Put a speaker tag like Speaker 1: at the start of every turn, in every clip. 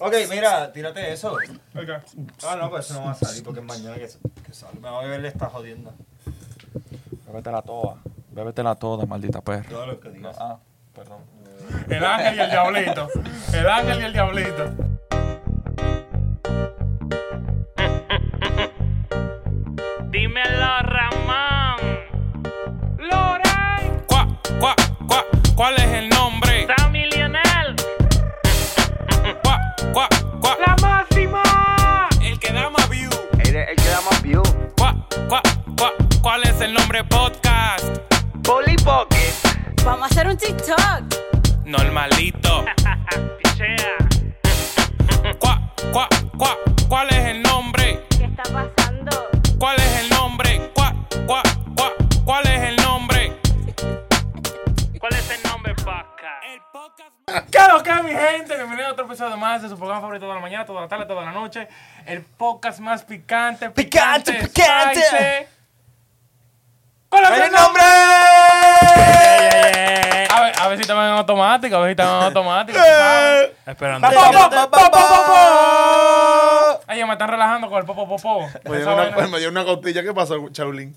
Speaker 1: Ok, mira, tírate eso.
Speaker 2: Ok.
Speaker 1: Ah, no, pues eso no va a salir porque es mañana que, que sale. Me voy a verle esta jodienda.
Speaker 3: Bébetela toda. Bébetela toda, maldita perra.
Speaker 1: Todo lo que digas.
Speaker 3: Ah, perdón.
Speaker 2: El ángel y el diablito. El ángel y el diablito.
Speaker 4: Dímelo, Ramón. Loray.
Speaker 5: Cuá, cuá, cuá, ¿cuál es el nombre?
Speaker 4: Sammy Lionel.
Speaker 5: Cuá, cuá, cuá,
Speaker 4: La máxima.
Speaker 5: el que da más view.
Speaker 6: El, el que da más view.
Speaker 5: Cuá, cuá, cuá, ¿cuál es el nombre podcast?
Speaker 6: Polly Pocket.
Speaker 7: Vamos a hacer un TikTok.
Speaker 5: Normalito.
Speaker 4: Pichea.
Speaker 5: Cuá, cuá, cuá, ¿cuál es el nombre?
Speaker 7: ¿Qué está pasando?
Speaker 5: ¿Cuál es el nombre? Cuá, cuá, cuá, ¿cuál es el nombre?
Speaker 4: ¿Cuál es el nombre, Paca?
Speaker 5: El podcast.
Speaker 2: ¿Qué lo que mi gente? Bienvenidos a otro episodio más de su programa favorito de la mañana, toda la tarde, toda la noche. El podcast más picante,
Speaker 1: Picante,
Speaker 2: picante,
Speaker 1: picante.
Speaker 2: spicy. ¿Cuál es
Speaker 1: ¡Ven
Speaker 2: el
Speaker 1: el
Speaker 2: nombre?
Speaker 1: nombre! Eh,
Speaker 2: A ver, a ver si estamos en automático, a ver si estamos en automático. tú sabes.
Speaker 1: Eh.
Speaker 2: Esperando.
Speaker 1: Pa, pa, pa, pa, pa, pa.
Speaker 2: Ay, me están relajando con el popo popo.
Speaker 8: Me
Speaker 2: Esa
Speaker 8: dieron una,
Speaker 2: vaina
Speaker 8: me dieron una costilla. ¿Qué pasó, Chaulín?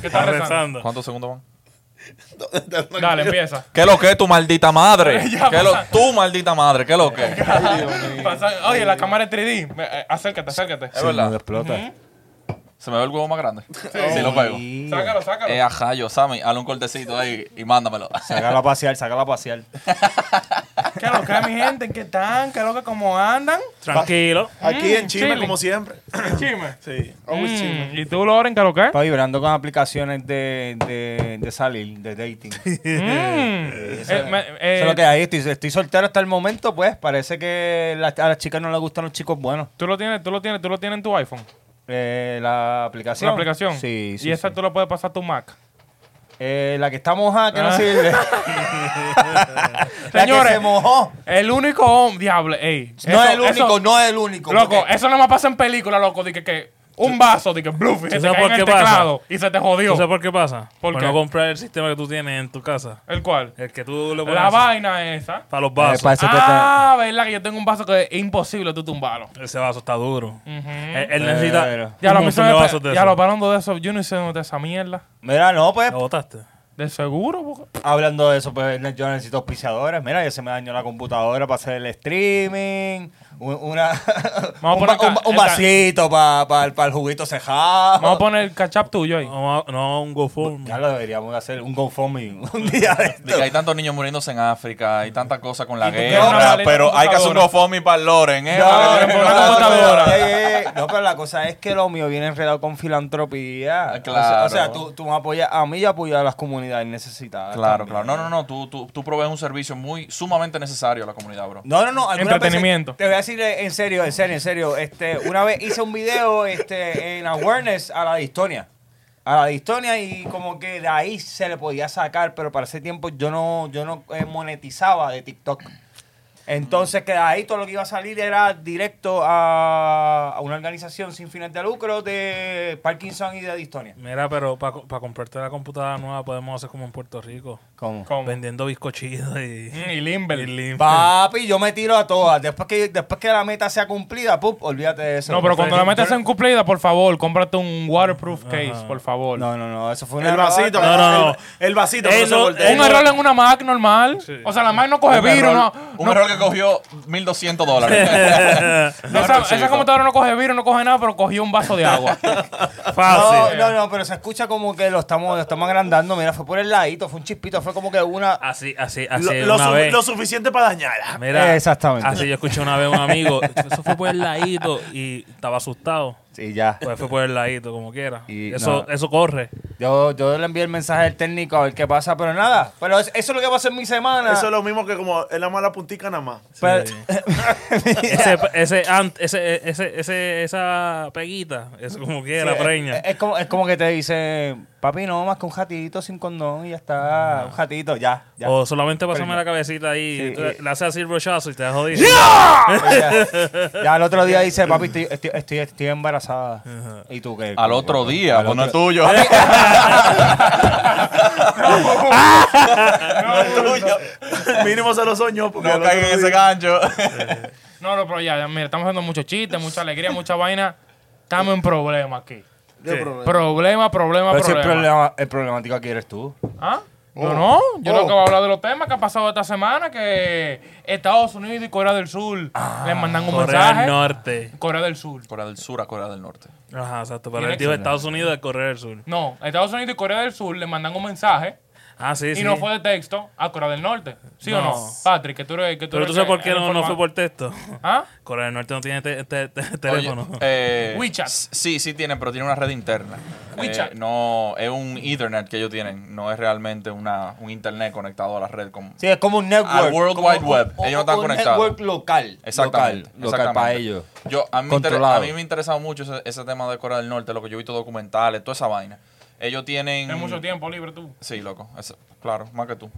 Speaker 2: que está rezando.
Speaker 3: ¿Cuántos segundos van?
Speaker 2: Dale, empieza.
Speaker 3: ¿Qué lo que es tu maldita madre?
Speaker 2: Ya
Speaker 3: ¿Qué lo,
Speaker 2: va.
Speaker 3: tu maldita madre, ¿qué lo que? es?
Speaker 2: Pasa- Oye, la cámara es 3D. Me- eh, Acércate, acércate.
Speaker 3: Es verdad.
Speaker 9: explota.
Speaker 3: Se me ve el huevo más grande. Sí, lo pego.
Speaker 2: Sácalo, sácalo.
Speaker 3: Eh, ajá, yo, Sammy, hazle un cortecito ahí y mándamelo.
Speaker 1: Sácala a pasear, sácala a pasear.
Speaker 2: ¿Qué lo que mi gente? ¿En qué están? ¿Qué lo que cómo andan?
Speaker 9: Tranquilo.
Speaker 8: Aquí en Chile,
Speaker 2: chilling.
Speaker 8: como siempre.
Speaker 2: Chime. Mm,
Speaker 8: Sí, always Chile.
Speaker 2: ¿Y tú, Loren, qué lo que?
Speaker 1: Está vibrando con aplicaciones de, de, de salir, de dating.
Speaker 2: Mm. Eh, me-
Speaker 1: Eso
Speaker 2: eh,
Speaker 1: es lo que hay. Estoy, estoy soltero hasta el momento, pues. Parece que la- a las chicas no les gustan los chicos buenos.
Speaker 2: Tú lo tienes, tú lo tienes, tú lo tienes en tu iPhone,
Speaker 1: Eh, la aplicación.
Speaker 2: la aplicación.
Speaker 1: Sí, sí.
Speaker 2: Y esa
Speaker 1: sí.
Speaker 2: tú la puedes pasar a tu Mac.
Speaker 1: Eh, la que está mojada, que no
Speaker 2: Ah.
Speaker 1: sirve. la que
Speaker 2: Señores.
Speaker 1: se mojó.
Speaker 2: El único hombre, diablo, ey.
Speaker 1: No es
Speaker 2: Eso-
Speaker 1: el único,
Speaker 2: eso-
Speaker 1: no es el único.
Speaker 2: Loco, eh,
Speaker 1: porque-
Speaker 2: eso no me pasa en película, loco, de que, que un vaso, de que bluff, y se te
Speaker 9: ¿Tú sabes
Speaker 2: cae en
Speaker 9: por
Speaker 2: el
Speaker 9: qué pasa?
Speaker 2: teclado y se te jodió.
Speaker 9: ¿Tú sabes por qué pasa?
Speaker 2: ¿Por
Speaker 9: por
Speaker 2: qué?
Speaker 9: no comprar el sistema que tú tienes en tu casa.
Speaker 2: ¿El cual?
Speaker 9: El que tú le pones
Speaker 2: La vaina esa.
Speaker 9: para los
Speaker 1: Eh,
Speaker 9: vasos.
Speaker 1: parece que está-
Speaker 2: Ah, verdad que yo tengo un vaso que es imposible tú tumbarlo.
Speaker 9: Ese vaso está duro.
Speaker 2: Ujú.
Speaker 9: Él, él necesita
Speaker 1: Pero-
Speaker 2: Ya lo
Speaker 9: un montón de vasos de
Speaker 2: Ya lo
Speaker 9: esos.
Speaker 2: hablando de eso, yo no hice de esa mierda.
Speaker 1: Mira, no, pues.
Speaker 9: ¿Lo botaste?
Speaker 2: De seguro, porque-
Speaker 1: Hablando de eso, pues yo necesito auspiciadores. Mira, ya se me dañó la computadora para hacer el streaming. un- Una,
Speaker 2: a
Speaker 1: un, va-
Speaker 2: poner
Speaker 1: un va-
Speaker 2: ca-
Speaker 1: un
Speaker 2: el ca-
Speaker 1: vasito para el juguito cejado.
Speaker 2: Vamos a poner el cachap tuyo ahí.
Speaker 9: No, no, un GoFundMe.
Speaker 1: Ya lo deberíamos hacer un GoFundMe un día de
Speaker 3: De que
Speaker 1: esto.
Speaker 3: hay tantos niños muriéndose en África, hay tanta cosa con la
Speaker 2: Y tú tienes
Speaker 1: una
Speaker 3: guerra,
Speaker 2: maleta
Speaker 3: pero hay que hacer un
Speaker 2: computadora.
Speaker 3: GoFundMe para el Loren, ¿eh?
Speaker 2: No,
Speaker 3: Para
Speaker 2: no,
Speaker 3: que-
Speaker 2: no, una computadora.
Speaker 1: pero, eh, eh, no, pero la cosa es que lo mío viene enredado con filantropía.
Speaker 3: Ah, claro.
Speaker 1: O sea, o sea, tú, tú me apoyas a mí y apoyas a las comunidades necesitadas.
Speaker 3: Claro,
Speaker 1: también.
Speaker 3: claro. No, no, no, tú, tú, tú provees un servicio muy sumamente necesario a la comunidad, bro.
Speaker 1: No, no, no. algunas
Speaker 2: Entretenimiento.
Speaker 1: veces- te voy a decir eh, en serio, en serio, en serio. Este, una vez hice un video este, en awareness a la distonia. A la distonia y como que de ahí se le podía sacar, pero para ese tiempo yo no, yo no eh, monetizaba de TikTok. Entonces que de ahí todo lo que iba a salir era directo a, a una organización sin fines de lucro de Parkinson y de distonia.
Speaker 9: Mira, pero para comprarte la computadora nueva podemos hacer como en Puerto Rico.
Speaker 1: ¿Cómo?
Speaker 2: ¿Cómo?
Speaker 9: Vendiendo bizcochitos y...
Speaker 2: Mm, Y Limber.
Speaker 9: y limber.
Speaker 1: Papi, yo me tiro a todas. Después que, después que la meta sea cumplida, pup, olvídate de eso.
Speaker 2: No, pero cuando la metas
Speaker 9: yo-
Speaker 2: en cumplida, por favor, cómprate un waterproof case, por favor.
Speaker 1: No, no, no, eso fue una
Speaker 8: El vasito.
Speaker 9: No, no, no.
Speaker 8: El, el vasito.
Speaker 9: Él
Speaker 8: que no se
Speaker 9: no-
Speaker 8: voltea.
Speaker 2: Un error en una Mac normal. O sea, la Mac no coge
Speaker 3: Un
Speaker 2: virus,
Speaker 3: error-
Speaker 2: Pues no.
Speaker 3: Un
Speaker 2: no-
Speaker 3: error que cogió 1.200 dólares.
Speaker 2: no, esa, esa computadora no coge virus, no coge nada, pero cogió un vaso de agua.
Speaker 1: No,
Speaker 2: Mm.
Speaker 9: Fácil.
Speaker 1: no, no, pero se escucha como que lo estamos, lo estamos agrandando. Mira, fue por el ladito, fue un chispito, fue como que una.
Speaker 9: Así, así,
Speaker 8: Lo,
Speaker 9: así
Speaker 8: lo
Speaker 9: una
Speaker 8: su-
Speaker 9: vez.
Speaker 8: lo suficiente para dañarla.
Speaker 9: Mira,
Speaker 1: Exactamente.
Speaker 9: Así yo escuché una vez a un amigo, eso fue por el ladito y estaba asustado.
Speaker 1: Sí, ya.
Speaker 9: Pues fue por el ladito, como quiera.
Speaker 1: Y
Speaker 9: eso,
Speaker 1: nada.
Speaker 9: eso corre.
Speaker 1: Yo, yo le envié el mensaje al técnico a ver qué pasa, pero nada. Pero es- eso es lo que pasa en mi semana.
Speaker 8: Eso es lo mismo que como es la mala puntica nada más.
Speaker 1: Pero-
Speaker 9: Ese, ese, ant- ese, ese, ese- esa peguita, eso como quiera, preña.
Speaker 1: es, es como, es como que te dice, papi, no, más que un jatito sin condón y ya está. Un jatito, ya. ya.
Speaker 9: O solamente pasame
Speaker 1: Preña.
Speaker 9: la cabecita ahí,
Speaker 1: Sí,
Speaker 9: tú
Speaker 1: eh.
Speaker 9: le haces así el brochazo y te jodiste.
Speaker 1: Pues Ya el otro día dice, papi, estoy, estoy, estoy, estoy pasada. ¿Y tú qué?
Speaker 3: Al otro día, pues no es tuyo.
Speaker 8: No, es tuyo. Mínimo se lo soñó porque
Speaker 3: No
Speaker 8: el otro
Speaker 3: caiga en ese
Speaker 8: día-
Speaker 3: gancho.
Speaker 10: No, no, pero ya, ya, mira, estamos haciendo muchos chistes, mucha alegría, mucha vaina. Estamos en problema aquí.
Speaker 8: ¿Qué problema?
Speaker 10: Problema, problema,
Speaker 1: Pero si el,
Speaker 10: problema.
Speaker 1: problema, el problemático aquí eres tú.
Speaker 10: ¿Ah?
Speaker 9: Oh.
Speaker 10: Yo no, yo lo que voy a hablar de los temas que ha pasado esta semana, que Estados Unidos y Corea del Sur les mandan un
Speaker 9: Ah, Corea
Speaker 10: mensaje.
Speaker 9: del Norte.
Speaker 10: Corea del Sur.
Speaker 3: Corea del Sur a Corea del Norte.
Speaker 9: Ajá, exacto. Para
Speaker 10: Tiene
Speaker 9: el tío
Speaker 10: que
Speaker 9: de Estados Unidos de Corea del Sur.
Speaker 10: No, Estados Unidos y Corea del Sur le mandan un mensaje
Speaker 9: Ah, sí,
Speaker 10: y
Speaker 9: sí.
Speaker 10: no fue de texto a Corea del Norte. ¿Sí o
Speaker 9: No.
Speaker 10: no? Patrick, que tú eres que tú
Speaker 9: Pero
Speaker 10: eres
Speaker 9: tú sabes
Speaker 10: que-
Speaker 9: por qué no, no
Speaker 10: informa-
Speaker 9: fue por texto.
Speaker 10: ¿Ah?
Speaker 9: Corea del Norte no tiene te- te- te-
Speaker 3: Oye,
Speaker 9: teléfono.
Speaker 3: eh,
Speaker 10: WeChat.
Speaker 3: s- Sí, sí tienen, pero tiene una red interna. Eh,
Speaker 10: WeChat.
Speaker 3: no, es un Ethernet que ellos tienen. No es realmente una, un Internet conectado a la red. Con,
Speaker 1: Sí, es como un network.
Speaker 3: Al World
Speaker 1: como
Speaker 3: Wide Web.
Speaker 1: un-
Speaker 3: Ellos no están
Speaker 1: un
Speaker 3: conectados.
Speaker 1: network local.
Speaker 3: Exactamente.
Speaker 1: Local, local para
Speaker 3: exactamente.
Speaker 1: ellos.
Speaker 3: Yo, a, mí me inter-
Speaker 1: Controlado.
Speaker 3: a mí me ha interesado mucho ese, ese tema de Corea del Norte, lo que yo he visto documentales, toda esa vaina. Ellos tienen.
Speaker 10: Tienes mucho tiempo libre tú.
Speaker 3: Sí, loco. eso- claro, más que tú.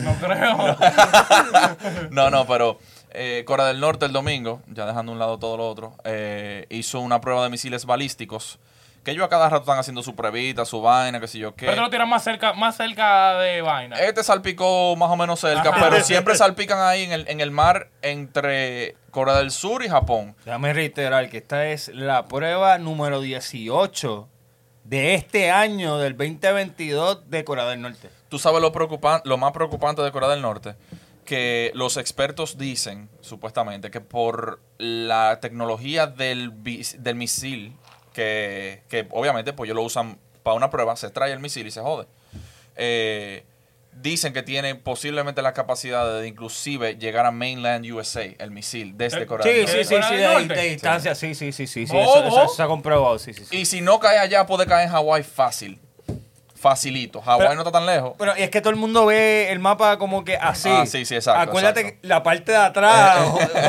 Speaker 10: No creo.
Speaker 3: No, no, pero eh, Corea del Norte el domingo, ya dejando a un lado todo lo otro, eh, hizo una prueba de misiles balísticos. Que ellos a cada rato están haciendo su previta, su vaina, qué sé yo qué.
Speaker 10: Pero te lo tiran más cerca, más cerca de vaina.
Speaker 3: Este salpicó más o menos cerca,
Speaker 10: Ajá.
Speaker 3: pero siempre salpican ahí en el, en el mar entre Corea del Sur y Japón.
Speaker 1: Déjame reiterar que esta es la prueba número 18 de este año, del 2022, de Corea del Norte.
Speaker 3: Tú sabes lo, preocupan- lo más preocupante de Corea del Norte, que los expertos dicen, supuestamente, que por la tecnología del, bis- del misil, que, que obviamente pues ellos lo usan para una prueba, se extrae el misil y se jode. Eh, dicen que tiene posiblemente la capacidad de inclusive llegar a mainland USA, el misil, desde
Speaker 10: Eh,
Speaker 3: Corea
Speaker 1: Sí,
Speaker 3: del
Speaker 1: sí,
Speaker 3: Norte.
Speaker 1: sí,
Speaker 10: Corea
Speaker 1: sí,
Speaker 10: del
Speaker 1: de,
Speaker 10: Norte.
Speaker 1: de distancia, sí, sí, sí, sí, sí,
Speaker 10: Oh,
Speaker 1: eso, eso-
Speaker 10: oh.
Speaker 1: eso se ha comprobado, sí, sí, sí.
Speaker 3: Y si no cae allá, puede caer en Hawái fácil. Facilito. Hawái no está tan lejos.
Speaker 1: Pero es que todo el mundo ve el mapa como que así.
Speaker 3: Ah, sí, sí, exacto,
Speaker 1: Acuérdate
Speaker 3: exacto.
Speaker 1: que la parte de atrás,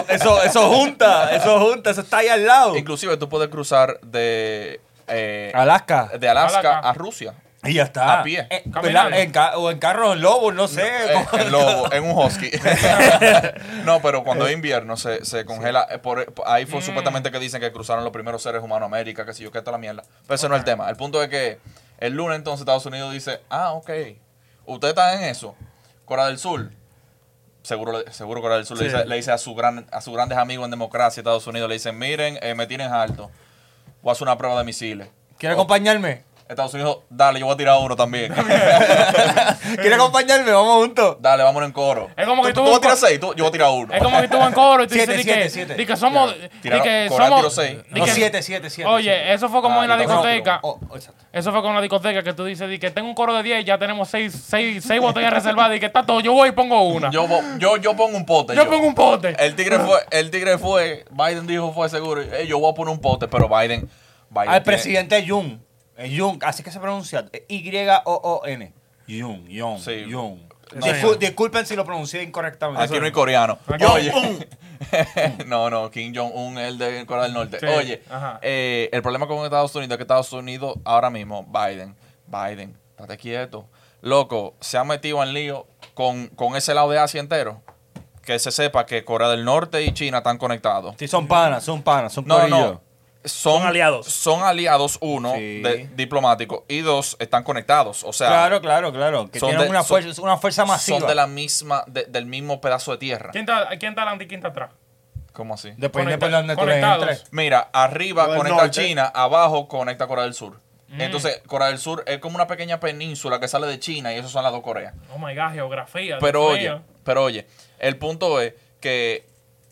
Speaker 1: eso, eso junta, eso junta, eso está ahí al lado.
Speaker 3: Inclusive tú puedes cruzar de... eh,
Speaker 1: Alaska.
Speaker 3: de Alaska,
Speaker 10: Alaska.
Speaker 3: a Rusia.
Speaker 1: Y ya está.
Speaker 3: A pie.
Speaker 1: Eh,
Speaker 10: Caminando.
Speaker 1: ¿verdad? En ca- o en carro, en lobo, no sé.
Speaker 3: Eh,
Speaker 1: como-
Speaker 3: En lobo, en un husky. no, pero cuando es invierno se, se congela. eh, por- por- ahí fue supuestamente que dicen que cruzaron los primeros seres humanos a América, que si yo, que está la mierda. Pero ese no es el tema. El punto es que el lunes entonces Estados Unidos dice, ah, ok, ustedes están en eso. Corea del Sur. Seguro, le- seguro Corea del Sur le,
Speaker 9: Sí.
Speaker 3: dice, le dice a, su gran, a sus grandes amigos en democracia de Estados Unidos, le dicen, miren, eh, me tienen alto. Voy a hacer una prueba de misiles.
Speaker 1: ¿Quiere acompañarme?
Speaker 3: Estados Unidos, dale, yo voy a tirar uno también.
Speaker 1: ¿Quiere acompañarme? Vamos juntos.
Speaker 3: Dale, vámonos en coro.
Speaker 10: Es como que
Speaker 3: tú,
Speaker 10: tú-
Speaker 3: tú vas a tirar seis, tú- yo voy a tirar uno.
Speaker 10: Es como que tú vas en coro y tú
Speaker 1: Siete,
Speaker 10: dices
Speaker 1: siete,
Speaker 10: di que,
Speaker 1: siete.
Speaker 10: di que somos. di
Speaker 3: Tiraron-
Speaker 10: que
Speaker 3: Corán
Speaker 10: somos-
Speaker 3: tiró seis.
Speaker 10: di
Speaker 1: No,
Speaker 10: que-
Speaker 1: siete, siete, siete. siete.
Speaker 10: Oye, eso fue como
Speaker 3: Ah,
Speaker 10: en la
Speaker 3: yo tampoco.
Speaker 10: discoteca.
Speaker 1: Oh, oh, exacto.
Speaker 10: Eso fue con la discoteca que tú dices, di que tengo un coro de 10 y ya tenemos 6 seis, seis, seis botellas reservadas y que está todo. Yo voy y pongo una. Yo,
Speaker 3: Yo, vo- yo, yo Eh, pongo un pote.
Speaker 10: pongo un pote.
Speaker 3: El tigre fue, el tigre fue, Biden dijo fue seguro, "Eh, yo voy a poner un pote, pero Biden, Biden
Speaker 1: Al
Speaker 3: tiene-
Speaker 1: presidente Jung. Eh, Jung, así que se pronuncia. eh, Y-O-O-N. Jung, Jung,
Speaker 3: Sí.
Speaker 1: Jung.
Speaker 3: No,
Speaker 1: Discul-
Speaker 3: no.
Speaker 1: disculpen si lo pronuncié incorrectamente.
Speaker 3: Aquí no hay coreano.
Speaker 10: Aquí-
Speaker 3: Oye. no, no, Kim Jong-un, el de Corea del Norte.
Speaker 10: Sí,
Speaker 3: Oye,
Speaker 10: ajá.
Speaker 3: eh, el problema con Estados Unidos es que Estados Unidos ahora mismo, Biden, Biden, estate quieto. Loco, se ha metido en lío con, con ese lado de Asia entero. Que se sepa que Corea del Norte y China están conectados.
Speaker 1: Sí, son panas, son panas, son
Speaker 3: No,
Speaker 1: corillo.
Speaker 3: no. Son,
Speaker 9: Son aliados.
Speaker 3: Son aliados, uno,
Speaker 1: Sí.
Speaker 3: de- diplomático, y dos, están conectados. O sea,
Speaker 1: Claro, claro, claro. Que
Speaker 3: Son
Speaker 1: tienen
Speaker 3: de-
Speaker 1: una,
Speaker 3: son-
Speaker 1: fuerza, una fuerza masiva.
Speaker 3: son de la misma, de- del mismo pedazo de tierra.
Speaker 10: ¿Quién está, ¿Quién está adelante y quién está atrás?
Speaker 3: ¿Cómo así?
Speaker 1: Depende
Speaker 10: Conecta-
Speaker 1: por donde tú le
Speaker 10: conectados.
Speaker 1: entres.
Speaker 3: Mira, arriba
Speaker 8: Corea del
Speaker 3: conecta
Speaker 8: Norte.
Speaker 3: China, abajo conecta Corea del Sur. Entonces, Corea del Sur es como una pequeña península que sale de China y eso son las dos Coreas.
Speaker 10: Oh my god, geografía.
Speaker 3: Pero
Speaker 10: Dios
Speaker 3: oye,
Speaker 10: mío.
Speaker 3: pero oye, el punto es que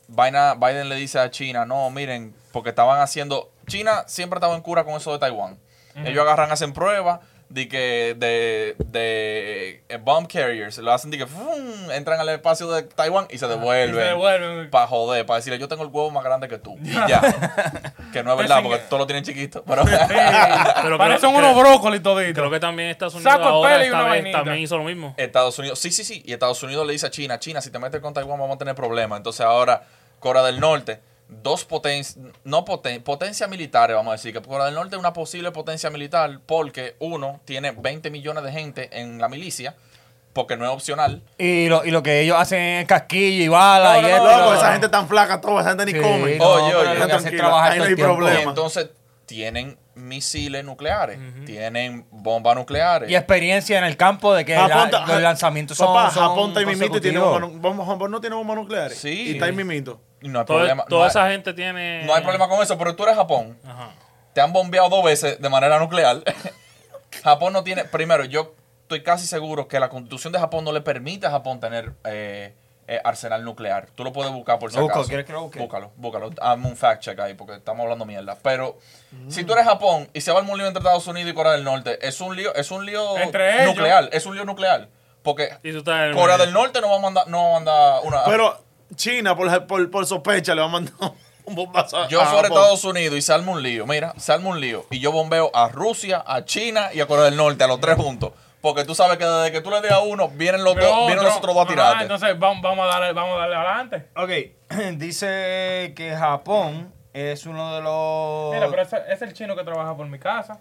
Speaker 3: vaina- Biden le dice a China, no, miren, porque estaban haciendo, China siempre estaba en cura con eso de Taiwán. Ellos agarran, hacen pruebas de que de, de eh, bomb carriers, lo hacen de que ¡fum! entran al espacio de Taiwán y se devuelven.
Speaker 10: y se devuelven.
Speaker 3: Para joder, para decirle, yo tengo el huevo más grande que tú. Y ya. que no es
Speaker 10: Pues
Speaker 3: verdad, porque todos lo tienen chiquito. Pero
Speaker 9: Pero
Speaker 10: Parecen
Speaker 9: creo-
Speaker 10: unos
Speaker 9: creo-
Speaker 10: brócolis
Speaker 9: Creo
Speaker 10: toditos.
Speaker 9: que también Estados Unidos
Speaker 10: Saco el
Speaker 9: ahora
Speaker 10: pelo y
Speaker 9: esta
Speaker 10: una
Speaker 9: vez
Speaker 10: vainita.
Speaker 9: también hizo lo mismo.
Speaker 3: Estados Unidos, sí, sí, sí. Y Estados Unidos le dice a China, China, si te metes con Taiwán vamos a tener problemas. Entonces ahora Corea del Norte, dos potencias, no poten potencia militares, vamos a decir, que Corea del Norte es una posible potencia militar porque uno tiene 20 millones de gente en la milicia. porque no es opcional.
Speaker 1: Y lo, y lo que ellos hacen es casquillo y bala
Speaker 3: No,
Speaker 1: y
Speaker 3: no,
Speaker 1: esto.
Speaker 3: no,
Speaker 1: y lo
Speaker 8: Loco, esa
Speaker 1: otro.
Speaker 8: gente tan flaca, toda esa gente ni
Speaker 1: Sí,
Speaker 8: come.
Speaker 1: no,
Speaker 3: Oye,
Speaker 1: pero lo
Speaker 3: oye,
Speaker 1: que hacen es
Speaker 8: tranquila,
Speaker 1: trabajar
Speaker 8: ahí
Speaker 1: todo
Speaker 8: no hay
Speaker 1: el tiempo.
Speaker 8: problema.
Speaker 3: Y entonces tienen misiles nucleares, tienen bombas nucleares.
Speaker 1: Y experiencia en el campo de que la-
Speaker 8: Japón ta-
Speaker 1: los lanzamientos son.
Speaker 8: Papá,
Speaker 1: son
Speaker 8: Japón está ahí mimito y tiene
Speaker 1: consecutivos.
Speaker 8: bomba nu- bomba- Japón no tiene bomba nuclear.
Speaker 3: Sí.
Speaker 8: Y está ahí mimito.
Speaker 3: Y no hay
Speaker 9: Todo-
Speaker 3: problema.
Speaker 9: toda
Speaker 3: no, hay,
Speaker 9: esa gente tiene.
Speaker 1: Eh,
Speaker 3: no hay problema con eso, pero tú eres Japón.
Speaker 9: Ajá.
Speaker 3: Te han bombeado dos veces de manera nuclear. Japón no tiene. Primero, yo estoy casi seguro que la constitución de Japón no le permite a Japón tener eh, eh, arsenal nuclear. Tú lo puedes buscar por si
Speaker 1: Lo busco,
Speaker 3: acaso.
Speaker 1: ¿quieres que lo busque?
Speaker 3: Búscalo, búscalo. Hazme un fact check ahí porque estamos hablando mierda. Pero
Speaker 1: Mm.
Speaker 3: si tú eres Japón y se va el lío entre Estados Unidos y Corea del Norte, es un lío, es un lío
Speaker 10: Entre ellos.
Speaker 3: nuclear. Es un lío nuclear. Porque
Speaker 9: Y tú estás en el
Speaker 3: Corea
Speaker 9: medio.
Speaker 3: del Norte no va a mandar, no va a mandar una.
Speaker 8: Pero China, por, por, por sospecha, le va a mandar un bombazo. a-
Speaker 3: Yo
Speaker 8: a
Speaker 3: fuera de
Speaker 8: Japón.
Speaker 3: Estados Unidos y salmo un lío. Mira, salmo un lío. Y yo bombeo a Rusia, a China y a Corea del Norte, a los tres juntos. Porque tú sabes que desde que tú le des a uno, vienen los dos, vienen los otros dos a
Speaker 10: Ah,
Speaker 3: tirarte.
Speaker 10: entonces vamos, vamos a darle, vamos a darle adelante.
Speaker 1: Ok, dice que Japón es uno de los.
Speaker 10: Mira, pero ese ese es el chino que trabaja por mi casa.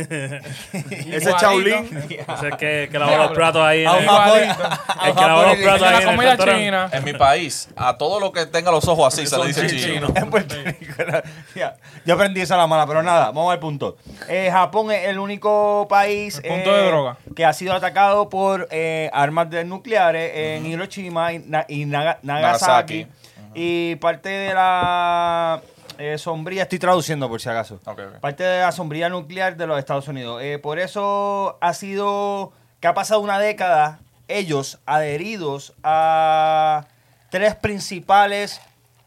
Speaker 8: Ese Shaolin.
Speaker 9: Ese es que, que lavó los platos ahí. en
Speaker 1: A un
Speaker 9: el-
Speaker 1: Japón-
Speaker 10: Igualito.
Speaker 1: a un
Speaker 9: El que
Speaker 1: Japón
Speaker 9: lavó los
Speaker 1: y-
Speaker 9: platos ahí
Speaker 10: La
Speaker 9: en el
Speaker 10: comida
Speaker 9: restaurante.
Speaker 10: china.
Speaker 3: En mi país, a todo lo que tenga los ojos así se le dice chino.
Speaker 1: En Puerto Rico, la- ya, Yo aprendí esa a la mala, pero nada, vamos al punto. Eh, Japón es el único país
Speaker 10: El punto de
Speaker 1: eh,
Speaker 10: droga.
Speaker 1: que ha sido atacado por eh, armas de nucleares en Hiroshima y, Na- y Naga- Nagasaki.
Speaker 3: Nagasaki.
Speaker 1: Y parte de la eh, sombría, estoy traduciendo por si acaso.
Speaker 3: Ok, ok.
Speaker 1: Parte de la sombría nuclear de los Estados Unidos. Eh, por eso ha sido que ha pasado una década ellos adheridos a tres principales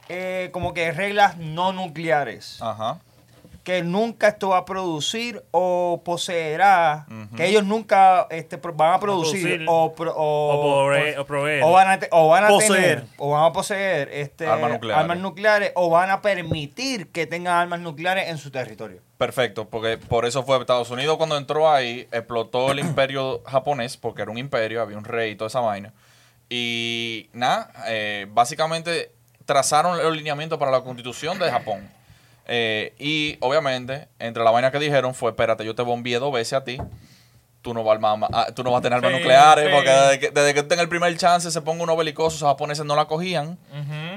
Speaker 1: eh, como que reglas no nucleares
Speaker 3: Ajá.
Speaker 1: que nunca esto va a producir o poseerá, que ellos nunca este, pro- van a producir,
Speaker 9: producir,
Speaker 1: o, pro- o,
Speaker 9: o provee- o proveer.
Speaker 1: o van a, te- o van a
Speaker 8: Poseer.
Speaker 1: tener, o van a poseer este,
Speaker 3: Armas nucleares.
Speaker 1: armas nucleares, o van a permitir que tengan armas nucleares en su territorio.
Speaker 3: Perfecto, porque por eso fue Estados Unidos cuando entró ahí, explotó el imperio japonés, porque era un imperio, había un rey y toda esa vaina. Y nada, eh, básicamente trazaron el lineamiento para la constitución de Japón. Eh, y obviamente, entre la vaina que dijeron fue, espérate, yo te bombié dos veces a ti, tú no vas, al mama- ah, tú no vas a tener armas
Speaker 10: Sí,
Speaker 3: nucleares,
Speaker 10: sí.
Speaker 3: porque desde que, desde que tenga el primer chance se ponga uno belicoso, esos japoneses no la cogían.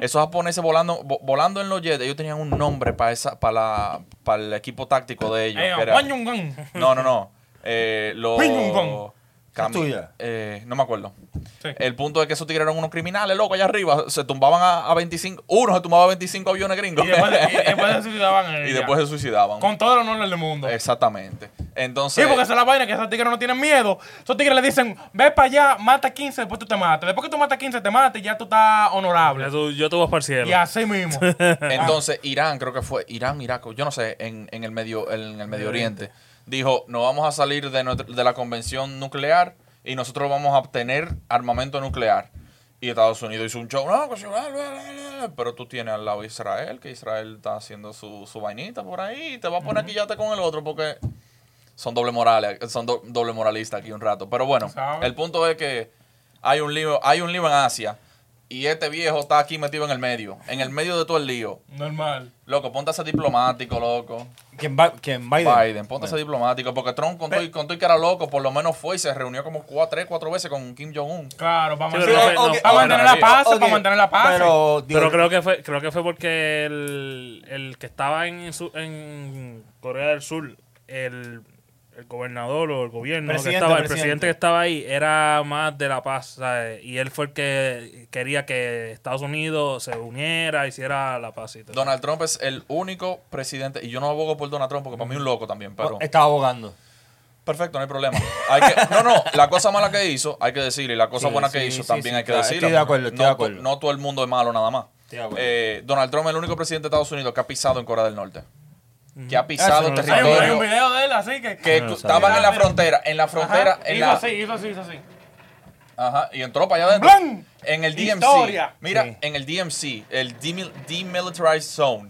Speaker 3: Esos japoneses volando vo- volando en los jets, ellos tenían un nombre para esa para la- para el equipo táctico de ellos.
Speaker 10: Eh,
Speaker 3: que era-
Speaker 10: Juan Yungan.
Speaker 3: no, no, no. Eh, los-
Speaker 10: Ping pong.
Speaker 3: Cami-
Speaker 1: Es tuya.
Speaker 3: eh, no me acuerdo.
Speaker 10: Sí.
Speaker 3: El punto es que esos tigres eran unos criminales, loco, allá arriba. Se tumbaban a, a 25. Uno se tumbaba a 25 aviones gringos.
Speaker 10: Y después, y después se suicidaban. eh,
Speaker 3: Y
Speaker 10: ya.
Speaker 3: después se suicidaban.
Speaker 10: Con todo el honor del mundo.
Speaker 3: Exactamente.
Speaker 10: Sí,
Speaker 3: Entonces.
Speaker 10: porque esa es la vaina que esos tigres no tienen miedo. Esos tigres le dicen, ve para allá, mata 15, después tú te matas. Después que tú matas 15, te matas y ya tú estás honorable.
Speaker 9: Ya tú- Yo te voy para el cielo.
Speaker 10: Y así mismo.
Speaker 3: Entonces, Irán, creo que fue Irán, Irak, o yo no sé, en, en el Medio, en el Medio Oriente, dijo, no vamos a salir de, nuestra- de la convención nuclear y nosotros vamos a obtener armamento nuclear. Y Estados Unidos hizo un show, no, que si- bla, bla, bla, bla, bla". pero tú tienes al lado a Israel, que Israel está haciendo su, su vainita por ahí, y te va a poner aquí quillate con el otro porque son doble morales, son do- doble moralistas aquí un rato. Pero bueno,
Speaker 10: ¿Sabes?
Speaker 3: el punto es que hay un lío, hay un lío en Asia y este viejo está aquí metido en el medio, en el medio de todo el lío.
Speaker 10: Normal.
Speaker 3: Loco, ponte a ser diplomático, loco.
Speaker 1: ¿Quién, va, quién Biden?
Speaker 3: Biden, ponte a ser diplomático. Porque Trump, con todo y- con todo y que era loco, por lo menos fue y se reunió como cuatro, tres, cuatro veces con Kim Jong-un.
Speaker 10: Claro, vamos
Speaker 9: Sí,
Speaker 10: a
Speaker 9: pero
Speaker 10: hacer-
Speaker 9: no fue- no
Speaker 10: vamos
Speaker 9: fue-
Speaker 10: a mantener la paz,
Speaker 1: Ok,
Speaker 10: para mantener la paz.
Speaker 1: Pero, digo,
Speaker 9: Pero creo que fue, creo que fue porque el, el que estaba en, su- en Corea del Sur, el, el gobernador o el gobierno que
Speaker 1: Presidente,
Speaker 9: estaba, el
Speaker 1: presidente.
Speaker 9: presidente que estaba ahí era más de la paz, ¿sabes? Y él fue el que quería que Estados Unidos se uniera, hiciera la paz y todo.
Speaker 3: Donald Trump es el único presidente, y yo no abogo por Donald Trump porque para mí es un loco también, pero...
Speaker 1: estaba abogando.
Speaker 3: Perfecto, no hay problema. Hay que- no, no, la cosa mala que hizo, hay que decirle, y la cosa
Speaker 1: Sí,
Speaker 3: buena que
Speaker 1: sí,
Speaker 3: hizo
Speaker 1: sí,
Speaker 3: también
Speaker 1: sí,
Speaker 3: hay que
Speaker 1: claro,
Speaker 3: decirla.
Speaker 1: estoy de acuerdo, estoy
Speaker 3: no,
Speaker 1: de
Speaker 3: to-
Speaker 1: acuerdo.
Speaker 3: No todo el mundo es malo nada más.
Speaker 1: Estoy de acuerdo.
Speaker 3: Eh, Donald Trump es el único presidente de Estados Unidos que ha pisado en Corea del Norte. Que
Speaker 1: Ah,
Speaker 3: ha
Speaker 1: Eso
Speaker 3: pisado
Speaker 1: no lo
Speaker 10: Hay
Speaker 1: sabía.
Speaker 10: un, hay
Speaker 3: territorio.
Speaker 10: un video de él, así que.
Speaker 3: que
Speaker 9: No lo sabía.
Speaker 3: estaban en la frontera, en la frontera,
Speaker 10: Ajá,
Speaker 3: en
Speaker 10: hizo
Speaker 3: la,
Speaker 10: así, hizo así, hizo así.
Speaker 3: Ajá, y entró para allá adentro.
Speaker 10: ¡Blan!
Speaker 3: En el DMC.
Speaker 10: Historia.
Speaker 3: Mira,
Speaker 1: Sí.
Speaker 3: en el DMC, el Demil- Demilitarized Zone,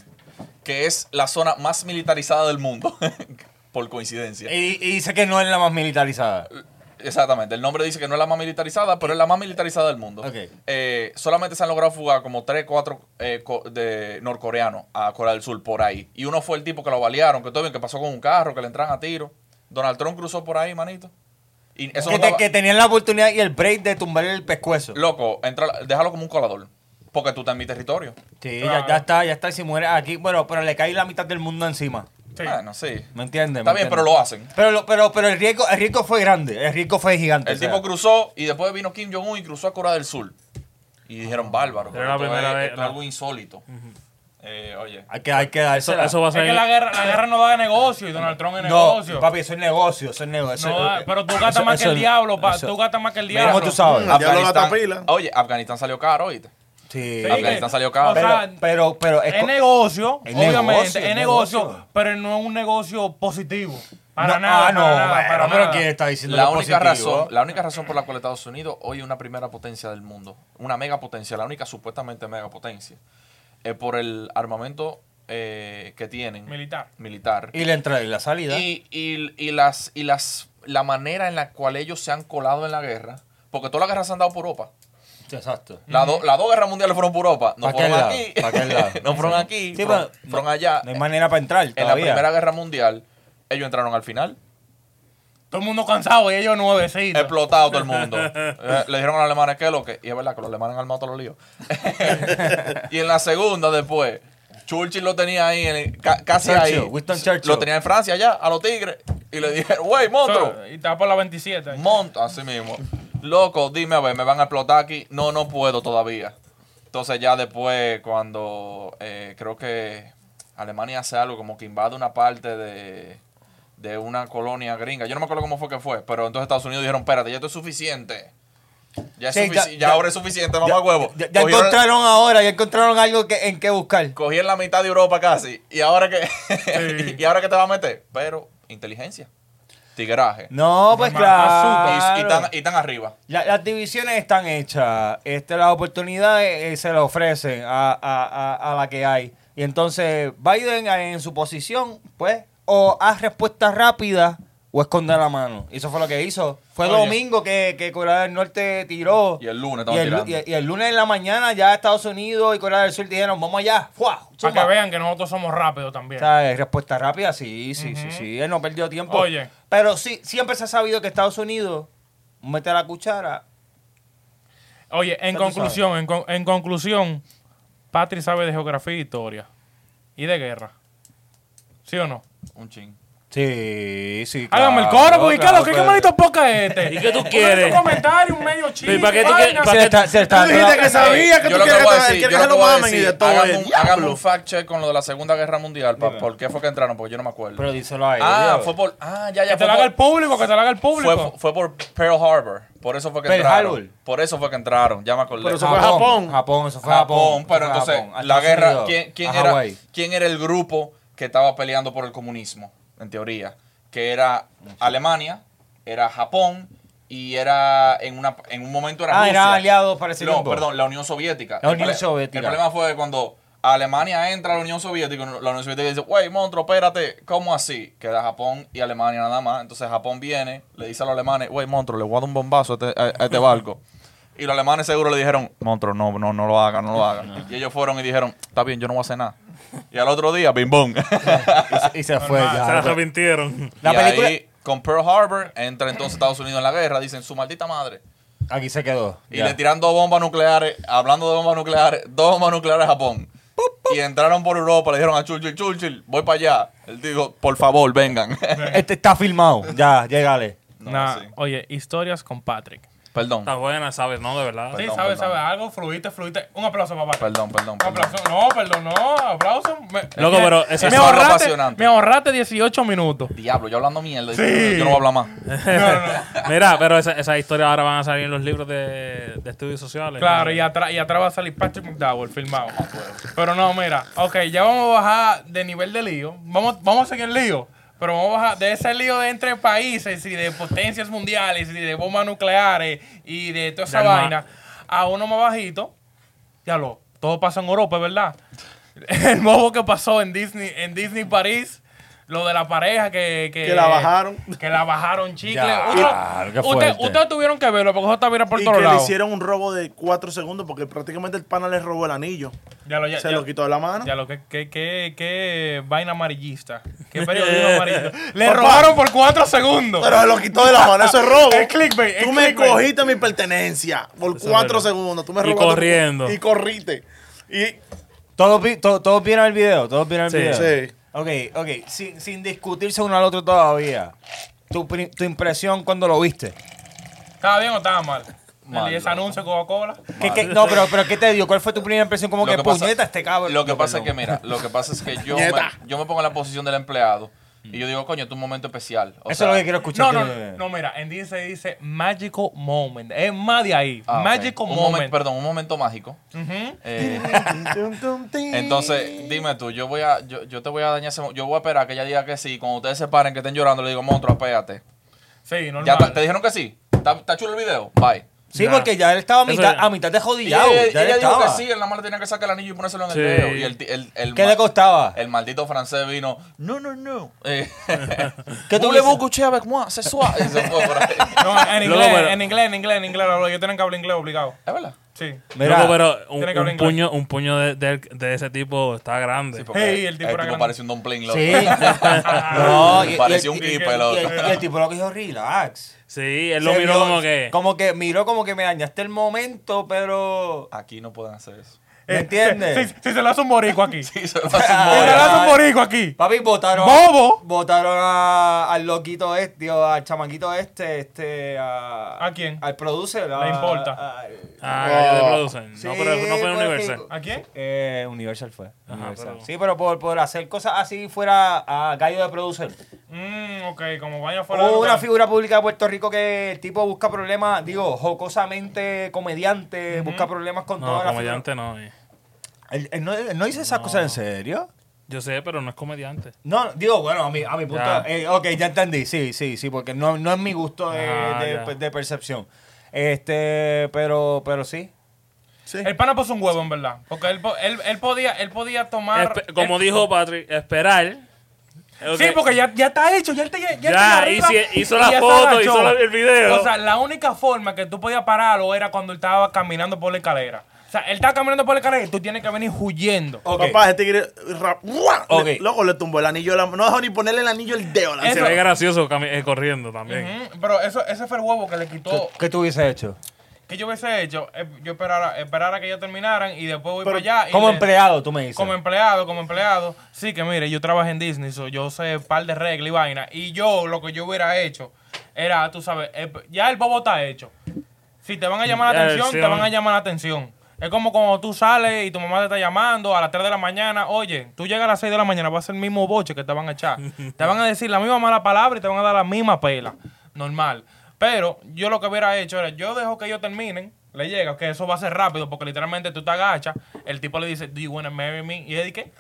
Speaker 3: que es la zona más militarizada del mundo, por coincidencia.
Speaker 1: Y, y dice que no es la más militarizada.
Speaker 3: Exactamente, el nombre dice que no es la más militarizada, pero es la más militarizada del mundo.
Speaker 1: Ok.
Speaker 3: Eh, solamente se han logrado fugar como 3, 4 de norcoreanos a Corea del Sur por ahí. Y uno fue el tipo que lo balearon, que todo bien, que pasó con un carro, que le entran a tiro. Donald Trump cruzó por ahí, manito. Y eso
Speaker 1: que,
Speaker 3: no
Speaker 1: te-
Speaker 3: daba-
Speaker 1: que tenían la oportunidad y el break de tumbarle el pescuezo.
Speaker 3: Loco, entra, déjalo como un colador. Porque tú estás en mi territorio.
Speaker 1: Sí, ya, ya está, ya está. Si mueres aquí, bueno, pero le cae la mitad del mundo encima.
Speaker 2: Sí.
Speaker 3: Bueno, sí.
Speaker 1: ¿Me entiendes?
Speaker 3: Está
Speaker 1: ¿Me
Speaker 3: bien,
Speaker 1: entiendes?
Speaker 3: pero lo hacen.
Speaker 1: Pero, lo- pero, pero el, riesgo, el riesgo fue grande, el riesgo fue gigante.
Speaker 3: El
Speaker 1: o sea.
Speaker 3: tipo cruzó y después vino Kim Jong-un y cruzó a Corea del Sur. Y dijeron, bárbaro.
Speaker 9: Ah, Era la
Speaker 3: esto
Speaker 9: primera
Speaker 3: es-
Speaker 9: vez,
Speaker 3: esto es
Speaker 9: la-
Speaker 3: algo insólito. Eh, oye.
Speaker 1: hay que, hay que
Speaker 9: Eso,
Speaker 1: dársela.
Speaker 9: eso va a
Speaker 2: Es
Speaker 9: ser.
Speaker 2: que la guerra, la guerra no da negocio y Donald Trump es
Speaker 1: No,
Speaker 2: negocio.
Speaker 1: papi, eso es negocio, eso es negocio.
Speaker 2: No da-
Speaker 1: Eso-
Speaker 2: pero tú gastas
Speaker 1: eso-
Speaker 2: más que
Speaker 1: eso-
Speaker 2: el diablo, pa,
Speaker 1: eso-
Speaker 2: tú gastas más que el
Speaker 1: Mira
Speaker 2: diablo.
Speaker 1: cómo tú sabes. Ah,
Speaker 8: Mm. diablo gata pila.
Speaker 3: Oye, Afganistán salió caro, oíste.
Speaker 1: Sí.
Speaker 2: Sí,
Speaker 3: Afganistán
Speaker 2: que-
Speaker 3: salió caro.
Speaker 2: o
Speaker 1: Pero,
Speaker 2: sea,
Speaker 1: pero, pero es
Speaker 2: es
Speaker 1: co-
Speaker 2: negocio,
Speaker 1: Es
Speaker 2: obviamente,
Speaker 1: negocio, es
Speaker 2: es negocio,
Speaker 1: negocio.
Speaker 2: pero no es un negocio positivo. Para
Speaker 1: No,
Speaker 2: nada,
Speaker 1: ah, no,
Speaker 2: para nada,
Speaker 1: bueno,
Speaker 2: para
Speaker 1: pero
Speaker 2: nada.
Speaker 1: ¿quién está diciendo
Speaker 3: La
Speaker 1: lo
Speaker 3: única,
Speaker 1: positivo?
Speaker 3: razón, la única razón por la cual Estados Unidos hoy es una primera potencia del mundo, una mega potencia, la única supuestamente mega potencia, es por el armamento eh, que tienen
Speaker 2: Militar.
Speaker 3: militar.
Speaker 1: Y la entrada y la salida.
Speaker 3: y, y- y las y las la manera en la cual ellos se han colado en la guerra porque todas las guerras se han dado por Europa
Speaker 1: Exacto.
Speaker 3: La do- las dos guerras mundiales fueron por Europa no
Speaker 1: Pa'
Speaker 3: fueron
Speaker 1: aquel lado,
Speaker 3: aquí
Speaker 1: pa' aquel lado.
Speaker 3: no fueron aquí
Speaker 1: Sí,
Speaker 3: fueron,
Speaker 1: pero-
Speaker 3: fueron allá
Speaker 1: No hay manera para entrar
Speaker 3: en la
Speaker 1: todavía.
Speaker 3: primera guerra mundial ellos entraron al final
Speaker 2: Todo el mundo cansado y ellos nuevecitos.
Speaker 3: explotado todo el mundo Eh, le dijeron a los alemanes que es lo que y es verdad que los alemanes han armado todos los líos y en la segunda después Churchill lo tenía ahí en el- ca- casi
Speaker 1: Churchill,
Speaker 3: ahí
Speaker 1: Winston Churchill.
Speaker 3: lo tenía en Francia allá a los tigres y le dijeron wey monstruo
Speaker 2: Y está por la 27. ahí.
Speaker 3: Monta, así mismo. Loco, dime a ver, me van a explotar aquí. No, no puedo todavía. Entonces ya después, cuando eh, creo que Alemania hace algo, como que invade una parte de, de una colonia gringa. Yo no me acuerdo cómo fue que fue, pero entonces Estados Unidos dijeron, espérate, ya esto es suficiente. Ya, es
Speaker 1: Sí,
Speaker 3: sufici-
Speaker 1: ya-
Speaker 3: ya,
Speaker 1: ya-
Speaker 3: ahora es suficiente, mamá huevo.
Speaker 1: Ya, ya
Speaker 3: Cogieron-
Speaker 1: encontraron ahora, ya encontraron algo que, en qué buscar.
Speaker 3: cogieron la mitad de Europa casi. ¿Y ahora que ¿Y ahora que te vas a meter? Pero inteligencia, tigeraje.
Speaker 1: No, pues claro.
Speaker 3: Y, y tan, y tan arriba.
Speaker 1: La- las divisiones están hechas. Este, las oportunidades eh, se las ofrecen a, a- a- a la que hay. Y entonces Biden eh, en su posición, pues, o haz respuesta rápida o esconde la mano. Y eso fue lo que hizo. Fue
Speaker 2: Oye.
Speaker 1: domingo que, que Corea del Norte tiró.
Speaker 3: Y el lunes
Speaker 1: y
Speaker 3: estaban
Speaker 1: el, lu-
Speaker 3: tirando.
Speaker 1: y- y el lunes en la mañana ya Estados Unidos y Corea del Sur dijeron, vamos allá. ¡Fua!
Speaker 2: Para
Speaker 1: ¡Zumba!
Speaker 2: que vean que nosotros somos rápidos también.
Speaker 1: ¿Sabes? Respuesta rápida, sí, sí, sí, sí. Él no perdió tiempo.
Speaker 2: Oye.
Speaker 1: Pero sí, siempre se ha sabido que Estados Unidos mete la cuchara.
Speaker 2: Oye, en
Speaker 1: Ya tú
Speaker 2: conclusión, en, con- en conclusión, Patrick sabe de geografía e historia. Y de guerra. ¿Sí o no?
Speaker 3: Un ching.
Speaker 1: Sí, sí.
Speaker 2: Hágame el coro, porque claro, ¿qué, qué maldito poca es este?
Speaker 9: ¿Y qué tú
Speaker 2: Uno de
Speaker 9: quieres?
Speaker 2: esos comentarios, un medio chiste.
Speaker 9: ¿Y para qué tú
Speaker 2: vaina.
Speaker 9: quieres-
Speaker 1: Se
Speaker 9: para
Speaker 1: le está, se le está eh,
Speaker 8: Tú dijiste que sabía
Speaker 3: Yo
Speaker 8: que tú
Speaker 3: lo
Speaker 8: quieres
Speaker 3: que
Speaker 8: que,
Speaker 3: voy a
Speaker 8: te-
Speaker 3: decir,
Speaker 8: quieres
Speaker 3: yo
Speaker 8: que se
Speaker 3: lo
Speaker 8: lo
Speaker 3: que voy a
Speaker 8: mamen y
Speaker 3: decir,
Speaker 8: de todo.
Speaker 3: hagamos,
Speaker 8: el
Speaker 3: un-
Speaker 8: diablo.
Speaker 3: hagamos un fact check con lo de la Segunda Guerra Mundial. pa- ¿Por qué fue que entraron? Porque yo no me acuerdo.
Speaker 1: Pero díselo a él.
Speaker 3: ah,
Speaker 1: Diego.
Speaker 3: fue por. Ah, ya, ya.
Speaker 2: Que te
Speaker 3: fue
Speaker 2: lo haga el
Speaker 3: por-
Speaker 2: público, que te lo haga el público.
Speaker 3: fue, fue por Pearl Harbor. Por eso fue que
Speaker 1: Pearl
Speaker 3: entraron.
Speaker 1: Harbor.
Speaker 3: Por eso fue que entraron. Ya me acordé.
Speaker 8: Pero eso fue Japón.
Speaker 1: Japón, eso fue
Speaker 3: Japón,
Speaker 1: Japón.
Speaker 3: pero
Speaker 1: eso fue
Speaker 3: entonces
Speaker 1: Japón. A
Speaker 3: la
Speaker 1: Estados
Speaker 3: guerra,
Speaker 1: Unidos,
Speaker 3: ¿quién, quién
Speaker 1: a
Speaker 3: era,
Speaker 1: Hawái.
Speaker 3: ¿quién era el grupo que estaba peleando por el comunismo, en teoría? Que era Alemania, era Japón y era en, una, en un momento era
Speaker 1: Ah,
Speaker 3: Rusia.
Speaker 1: eran aliados para ese
Speaker 3: No,
Speaker 1: tiempo.
Speaker 3: perdón, la Unión Soviética.
Speaker 1: La
Speaker 3: El
Speaker 1: Unión
Speaker 3: prole-
Speaker 1: Soviética.
Speaker 3: El problema fue cuando Alemania entra a la Unión Soviética, la Unión Soviética dice, wey, monstruo, espérate, ¿cómo así? Queda Japón y Alemania nada más. Entonces Japón viene, le dice a los alemanes, wey, monstruo, le voy a dar un bombazo a este, a- a este barco. Y los alemanes seguro le dijeron, monstruo, no, no, no lo hagan, no lo hagan. Y ellos fueron y dijeron, está bien, yo no voy a hacer nada. Y al otro día, bim bum.
Speaker 1: Y, y se fue.
Speaker 9: Ah, se
Speaker 1: ya.
Speaker 9: arrepintieron.
Speaker 1: La
Speaker 3: y
Speaker 1: película.
Speaker 3: ahí, con Pearl Harbor, entra entonces Estados Unidos en la guerra, dicen, su maldita madre.
Speaker 1: Aquí se quedó.
Speaker 3: Y
Speaker 1: ya.
Speaker 3: le tiran dos bombas nucleares, hablando de bombas nucleares, dos bombas nucleares a Japón. Y entraron por Europa, le dijeron a Churchill, Churchill, voy para allá. Él dijo, por favor, vengan.
Speaker 1: Este está filmado. Ya, llegale.
Speaker 3: No,
Speaker 2: Nah,
Speaker 3: sí.
Speaker 2: Oye, historias con Patrick.
Speaker 3: Perdón,
Speaker 9: Está buena, ¿sabes? No, de verdad.
Speaker 2: Sí,
Speaker 3: Perdón,
Speaker 2: sabes,
Speaker 3: perdón.
Speaker 2: sabes algo, fluiste, fluiste. Un aplauso, papá.
Speaker 3: perdón, perdón.
Speaker 2: Un
Speaker 3: perdón.
Speaker 2: aplauso. No, perdón, no. Aplauso. Me-
Speaker 9: Loco,
Speaker 2: me-
Speaker 9: pero eso
Speaker 2: me
Speaker 9: es algo
Speaker 2: ahorraste,
Speaker 3: apasionante.
Speaker 2: Me ahorraste 18 minutos.
Speaker 3: Diablo, yo hablando mierda. Yo no voy a hablar más.
Speaker 9: Mira, pero esa- esas historias ahora van a salir en los libros de, de estudios sociales.
Speaker 2: Claro, y atrás, y atrás va a salir Patrick McDowell filmado. Pero no, mira. Ok, ya vamos a bajar de nivel de lío. Vamos, vamos a seguir el lío. Pero vamos a bajar de ese lío de entre países y de potencias mundiales y de bombas nucleares y de toda esa
Speaker 9: Del mar.
Speaker 2: vaina a uno más bajito. Ya lo, todo pasa en Europa, es ¿verdad? El modo que pasó en Disney, en Disney París. Lo de la pareja que... Que,
Speaker 8: Que la bajaron.
Speaker 2: Que la bajaron chicle.
Speaker 1: Ya,
Speaker 2: Otro-
Speaker 1: claro, qué
Speaker 2: usted-
Speaker 1: fuerte.
Speaker 2: ustedes tuvieron que verlo porque eso está viral por
Speaker 8: Y
Speaker 2: todos
Speaker 8: que le
Speaker 2: lados.
Speaker 8: hicieron un robo de cuatro segundos porque prácticamente el pana le robó el anillo.
Speaker 2: Ya lo, ya-
Speaker 8: Se
Speaker 2: ya-
Speaker 8: lo quitó de la mano.
Speaker 2: Ya lo que, que, que, que vaina amarillista.
Speaker 10: Qué periodismo amarillo. Le robaron por cuatro segundos.
Speaker 8: Pero se lo quitó de la mano, eso es robo.
Speaker 10: Es clickbait, es
Speaker 8: Tú me
Speaker 10: clickbait.
Speaker 8: cogiste mi pertenencia por
Speaker 9: Eso es
Speaker 8: cuatro
Speaker 9: verdad.
Speaker 8: segundos. Tú
Speaker 9: Y
Speaker 8: me robaste por-
Speaker 9: corriendo.
Speaker 8: Y corriste. Y.
Speaker 1: Todos, vi- to- todos vieron el video, todos vieron el
Speaker 9: Sí.
Speaker 1: video.
Speaker 8: Sí.
Speaker 1: Ok, ok, sin, sin discutirse uno al otro todavía. Tu, pri- tu impresión cuando lo viste.
Speaker 10: ¿Estaba bien o estaba mal?
Speaker 3: Mal,
Speaker 10: y ese
Speaker 3: loco.
Speaker 10: anuncio de Coca-Cola.
Speaker 1: ¿Qué- qué- no, pero, pero ¿qué te dio? ¿Cuál fue tu primera impresión? Como
Speaker 3: Lo
Speaker 1: que,
Speaker 3: que pasa-
Speaker 1: puñeta este cabrón.
Speaker 3: Lo que
Speaker 1: No,
Speaker 3: pasa es
Speaker 1: perdón.
Speaker 3: que, mira, lo que pasa es que yo, me,
Speaker 8: Nieta.
Speaker 3: yo me pongo en la posición del empleado y yo digo, coño, este es un momento especial. O
Speaker 1: Eso
Speaker 3: sea,
Speaker 1: es lo que quiero escuchar.
Speaker 10: No, no,
Speaker 1: que-
Speaker 10: no, mira, en dice dice Magical Moment. Es más de ahí.
Speaker 3: ah, ok.
Speaker 10: Magical
Speaker 3: Un momen-
Speaker 10: Moment.
Speaker 3: Perdón, un momento mágico.
Speaker 10: Ujú.
Speaker 3: Eh, entonces, dime tú, yo voy a, yo, yo te voy a dañar ese mo- Yo voy a esperar a que ella diga que sí. Cuando ustedes se paren, que estén llorando, le digo, monstruo, apéate.
Speaker 10: Sí, normal.
Speaker 3: Ya ta- te dijeron que sí. ¿Está está chulo el video? Bye.
Speaker 1: Sí,
Speaker 9: Ya.
Speaker 1: porque ya él estaba a
Speaker 9: Eso
Speaker 1: mitad,
Speaker 9: ya.
Speaker 1: a mitad de
Speaker 3: Y
Speaker 1: jodillado.
Speaker 3: ella,
Speaker 1: ya él
Speaker 3: ella dijo que
Speaker 1: estaba.
Speaker 3: sí, él nada más le tenía que sacar el anillo y ponérselo en el
Speaker 9: Sí.
Speaker 3: dedo. Y el, ti- el, el
Speaker 1: ¿Qué
Speaker 3: ma-
Speaker 1: le costaba?
Speaker 3: El maldito francés vino, no, no, no. Eh,
Speaker 1: ¿Qué tú
Speaker 3: Voulez-vous
Speaker 1: dices?
Speaker 3: coucher avec moi, ce soir? Y se fue por ahí.
Speaker 10: No, en
Speaker 9: Loco,
Speaker 10: inglés,
Speaker 9: pero-
Speaker 10: en inglés, en inglés, en inglés. lo- Yo tienen que hablar inglés obligado.
Speaker 3: ¿Es verdad?
Speaker 10: Sí.
Speaker 1: Mira,
Speaker 9: Loco, pero un,
Speaker 10: tiene que hablar
Speaker 9: un
Speaker 10: inglés.
Speaker 9: puño, un puño de, de- de ese tipo está grande.
Speaker 3: Sí, porque
Speaker 10: Hey, el tipo era grande.
Speaker 3: parece un dumpling. loco.
Speaker 1: Sí. no, y, y-
Speaker 3: Parecía un
Speaker 1: y-
Speaker 3: keeper,
Speaker 1: y-
Speaker 3: loco.
Speaker 1: y el tipo lo que dijo, relax.
Speaker 9: Sí, él lo
Speaker 1: Se
Speaker 9: miró
Speaker 1: vio-
Speaker 9: como que.
Speaker 1: Como que miró como que me dañaste el momento, pero...
Speaker 3: Aquí no pueden hacer eso.
Speaker 10: Eh,
Speaker 1: ¿Me entiendes?
Speaker 10: Si, se lo hace un morico aquí. Si
Speaker 3: Sí, se lo hace un
Speaker 10: se
Speaker 3: mono.
Speaker 10: lo hace un morico aquí.
Speaker 1: Papi, votaron...
Speaker 10: ¡Bobo!
Speaker 1: Votaron a- al loquito este, digo, al chamaquito este, este... ¿A,
Speaker 10: ¿A quién?
Speaker 1: Al producer.
Speaker 10: No importa.
Speaker 1: al-
Speaker 9: Ah,
Speaker 8: Wow.
Speaker 9: yo te producen.
Speaker 1: Sí,
Speaker 9: no, pero eso no fue
Speaker 1: pues,
Speaker 9: en Universal.
Speaker 1: que-
Speaker 10: ¿A quién?
Speaker 1: Eh, Universal fue. Universal.
Speaker 9: pero-
Speaker 1: Sí, pero por, por hacer cosas así fuera a gallo de producer.
Speaker 10: Mm, ok, como vaya fuera
Speaker 9: Oh,
Speaker 10: de
Speaker 1: Hubo una
Speaker 10: lugar.
Speaker 1: figura pública de Puerto Rico que el tipo busca problemas, digo, jocosamente comediante, busca problemas con
Speaker 9: No,
Speaker 1: todas las
Speaker 9: comediante no. eh.
Speaker 1: figuras. ¿Él, él no, él no dice esas cosas en serio?
Speaker 9: Yo sé, pero no es comediante.
Speaker 1: No, digo, bueno, a mi, a mi punto.
Speaker 9: Ya.
Speaker 1: eh, ok, ya entendí. Sí, sí, sí, porque no, no es mi gusto de,
Speaker 9: Ah,
Speaker 1: de-
Speaker 9: ya.
Speaker 1: pues, de percepción. Este, pero, pero sí.
Speaker 8: Sí.
Speaker 10: El pana puso un huevo, en verdad. Porque él, po- él, él podía, él podía tomar.
Speaker 9: Espe- como
Speaker 10: él-
Speaker 9: dijo Patrick, esperar.
Speaker 10: Sí, porque ya, ya está hecho, ya él te- ya,
Speaker 9: Ya,
Speaker 10: él está arriba
Speaker 9: hice- hizo la
Speaker 10: ya
Speaker 9: foto,
Speaker 10: se agachó.
Speaker 9: hizo la- el video.
Speaker 10: O sea, la única forma que tú podías pararlo era cuando él estaba caminando por la escalera. O sea, él estaba caminando por la escalera y tú tienes que venir huyendo.
Speaker 1: Ok.
Speaker 8: Papá, este tigre. rap- ¡Mua!
Speaker 1: Ok.
Speaker 8: Le- loco, le tumbó el anillo. a la- no dejó ni ponerle el anillo al dedo.
Speaker 9: Y
Speaker 8: La
Speaker 9: Ah, se
Speaker 10: Eso-
Speaker 9: ve gracioso cami- eh, corriendo también.
Speaker 10: Ujú, Mm, Pero eso, ese fue el huevo que le quitó.
Speaker 1: ¿Qué tú hubieses hecho?
Speaker 10: Que yo hubiese hecho, eh, yo esperara, esperara que ellos terminaran y después voy
Speaker 8: Pero,
Speaker 10: para allá. y
Speaker 1: Como
Speaker 10: le-
Speaker 1: empleado, tú me dices.
Speaker 10: Como em- empleado, como empleado. Sí, que mire, yo trabajé en Disney, so yo sé un par de reglas y vaina. Y yo, lo que yo hubiera hecho era, tú sabes, eh, ya el bobo está hecho. Si te van a llamar la
Speaker 9: Ya,
Speaker 10: atención,
Speaker 9: sí,
Speaker 10: te van a
Speaker 9: hombre.
Speaker 10: llamar la atención. Es como cuando tú sales y tu mamá te está llamando a las 3 de la mañana. Oye, tú llegas a las 6 de la mañana, va a ser el mismo boche que te van a echar. te van a decir la misma mala palabra y te van a dar la misma pela. Normal. Pero yo lo que hubiera hecho era, yo dejo que ellos terminen, le llega, que eso va a ser rápido, porque literalmente tú te agachas, el tipo le dice, do you wanna marry me? Y él dice,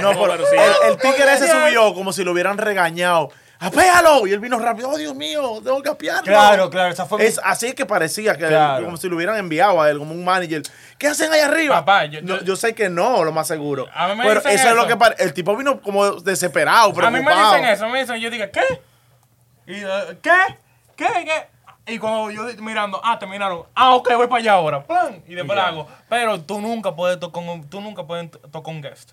Speaker 8: No, pero
Speaker 9: sí.
Speaker 8: el, el tigre ese subió como si lo hubieran regañado. ¡Apéalo! Y él vino rápido. ¡Oh, Dios mío! Tengo que apiarlo.
Speaker 1: Claro, claro, esa fue mi-
Speaker 8: Es así que parecía, que
Speaker 1: Claro.
Speaker 8: como si lo hubieran enviado a él, como un manager. ¿Qué hacen ahí arriba?
Speaker 10: Papá, yo-
Speaker 8: No,
Speaker 10: yo-
Speaker 8: sé que no, lo más seguro.
Speaker 10: A mí me
Speaker 8: pero eso,
Speaker 10: dicen
Speaker 8: es
Speaker 10: eso.
Speaker 8: lo que pare- El tipo vino como desesperado,
Speaker 10: a mí
Speaker 8: preocupado.
Speaker 10: me dicen eso, me dicen, yo digo, ¿qué? Y eh, ¿qué? ¿Qué? ¿Qué? Y cuando yo di- mirando, ah, terminaron, ah, ok, voy para allá ahora, plan, y después la hago. Pero tú nunca puedes tocar un, tú nunca puedes to- tocar un guest.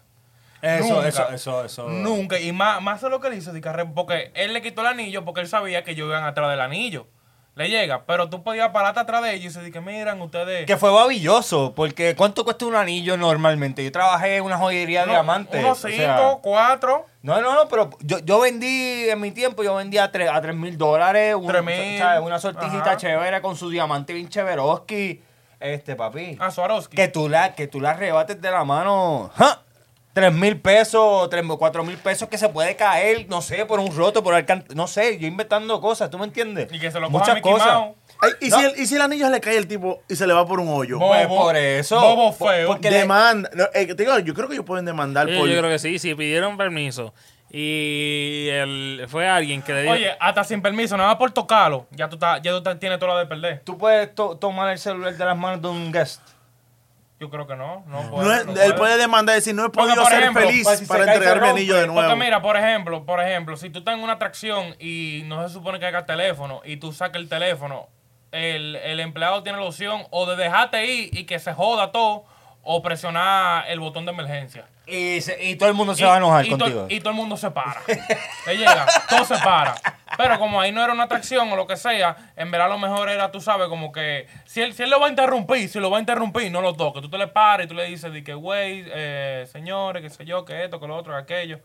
Speaker 1: Eso,
Speaker 10: Nunca.
Speaker 1: eso, eso, eso.
Speaker 10: Nunca, y más, más de lo que él hizo, Dicarre, porque él le quitó el anillo porque él sabía que yo iban atrás del anillo. Le llega, pero tú podías pararte atrás de ellos y decir que miran ustedes.
Speaker 1: Que fue babilloso, porque ¿cuánto cuesta un anillo normalmente? Yo trabajé en una joyería de
Speaker 10: uno-
Speaker 1: diamantes.
Speaker 10: Unos
Speaker 1: o sea,
Speaker 10: cinco, cuatro.
Speaker 1: no, no, no, pero yo, yo vendí en mi tiempo, yo vendía a 3 mil dólares, un-
Speaker 10: Tres mil,
Speaker 1: ¿sabes? una sortijita
Speaker 10: ajá.
Speaker 1: chévere con su diamante bien chéveroski. Este, papi.
Speaker 10: A Swarovski.
Speaker 1: que tú la, que tú la arrebates de la mano. ¡ja! Tres mil pesos, tres mil- cuatro mil pesos que se puede caer, no sé, por un roto, por alcan no sé, yo inventando cosas, ¿tú me entiendes?
Speaker 10: Y que se lo coja
Speaker 1: Muchas
Speaker 10: Mickey
Speaker 1: cosas.
Speaker 10: Mouse.
Speaker 8: Ay, ¿y,
Speaker 1: No.
Speaker 8: si el, y si el anillo le cae al tipo y se le va por un hoyo.
Speaker 10: Bo-
Speaker 1: Pues
Speaker 10: Bobo.
Speaker 1: por eso.
Speaker 10: Bobo
Speaker 1: por-
Speaker 10: feo.
Speaker 1: porque le-
Speaker 8: Demanda. No, eh, te digo, yo creo que ellos pueden demandar
Speaker 9: Sí,
Speaker 8: por.
Speaker 9: Yo creo que sí, sí, pidieron permiso. Y el- fue alguien que le dijo.
Speaker 10: Oye, hasta sin permiso, nada más por tocarlo. Ya tú, estás- ya tú estás- tienes toda la de perder.
Speaker 1: Tú puedes to- tomar el celular de las manos de un guest.
Speaker 10: Yo creo que no. No,
Speaker 8: No
Speaker 10: puedo,
Speaker 8: es- él puede demandar y decir, no he podido
Speaker 10: por
Speaker 8: ser
Speaker 10: ejemplo,
Speaker 8: feliz
Speaker 1: pues, si se
Speaker 8: para
Speaker 1: cae, se
Speaker 8: entregar mi
Speaker 1: rompe.
Speaker 8: anillo de nuevo.
Speaker 10: pues, Porque mira, por ejemplo, por ejemplo, si tú estás en una atracción y no se supone que haga teléfono y tú sacas el teléfono, el, el empleado tiene la opción o de dejarte ir y que se joda todo o presionar el botón de emergencia.
Speaker 1: Y, se- y todo el mundo se va a enojar
Speaker 10: y to-
Speaker 1: contigo.
Speaker 10: y todo el mundo se para. Le llega, todo se para. Pero como ahí no era una atracción o lo que sea, en verdad lo mejor era, tú sabes, como que si él, si él lo va a interrumpir, si lo va a interrumpir, no lo toques. Tú te le paras y tú le dices, di que, güey, eh, señores, qué sé yo, que esto, que lo otro, que aquello.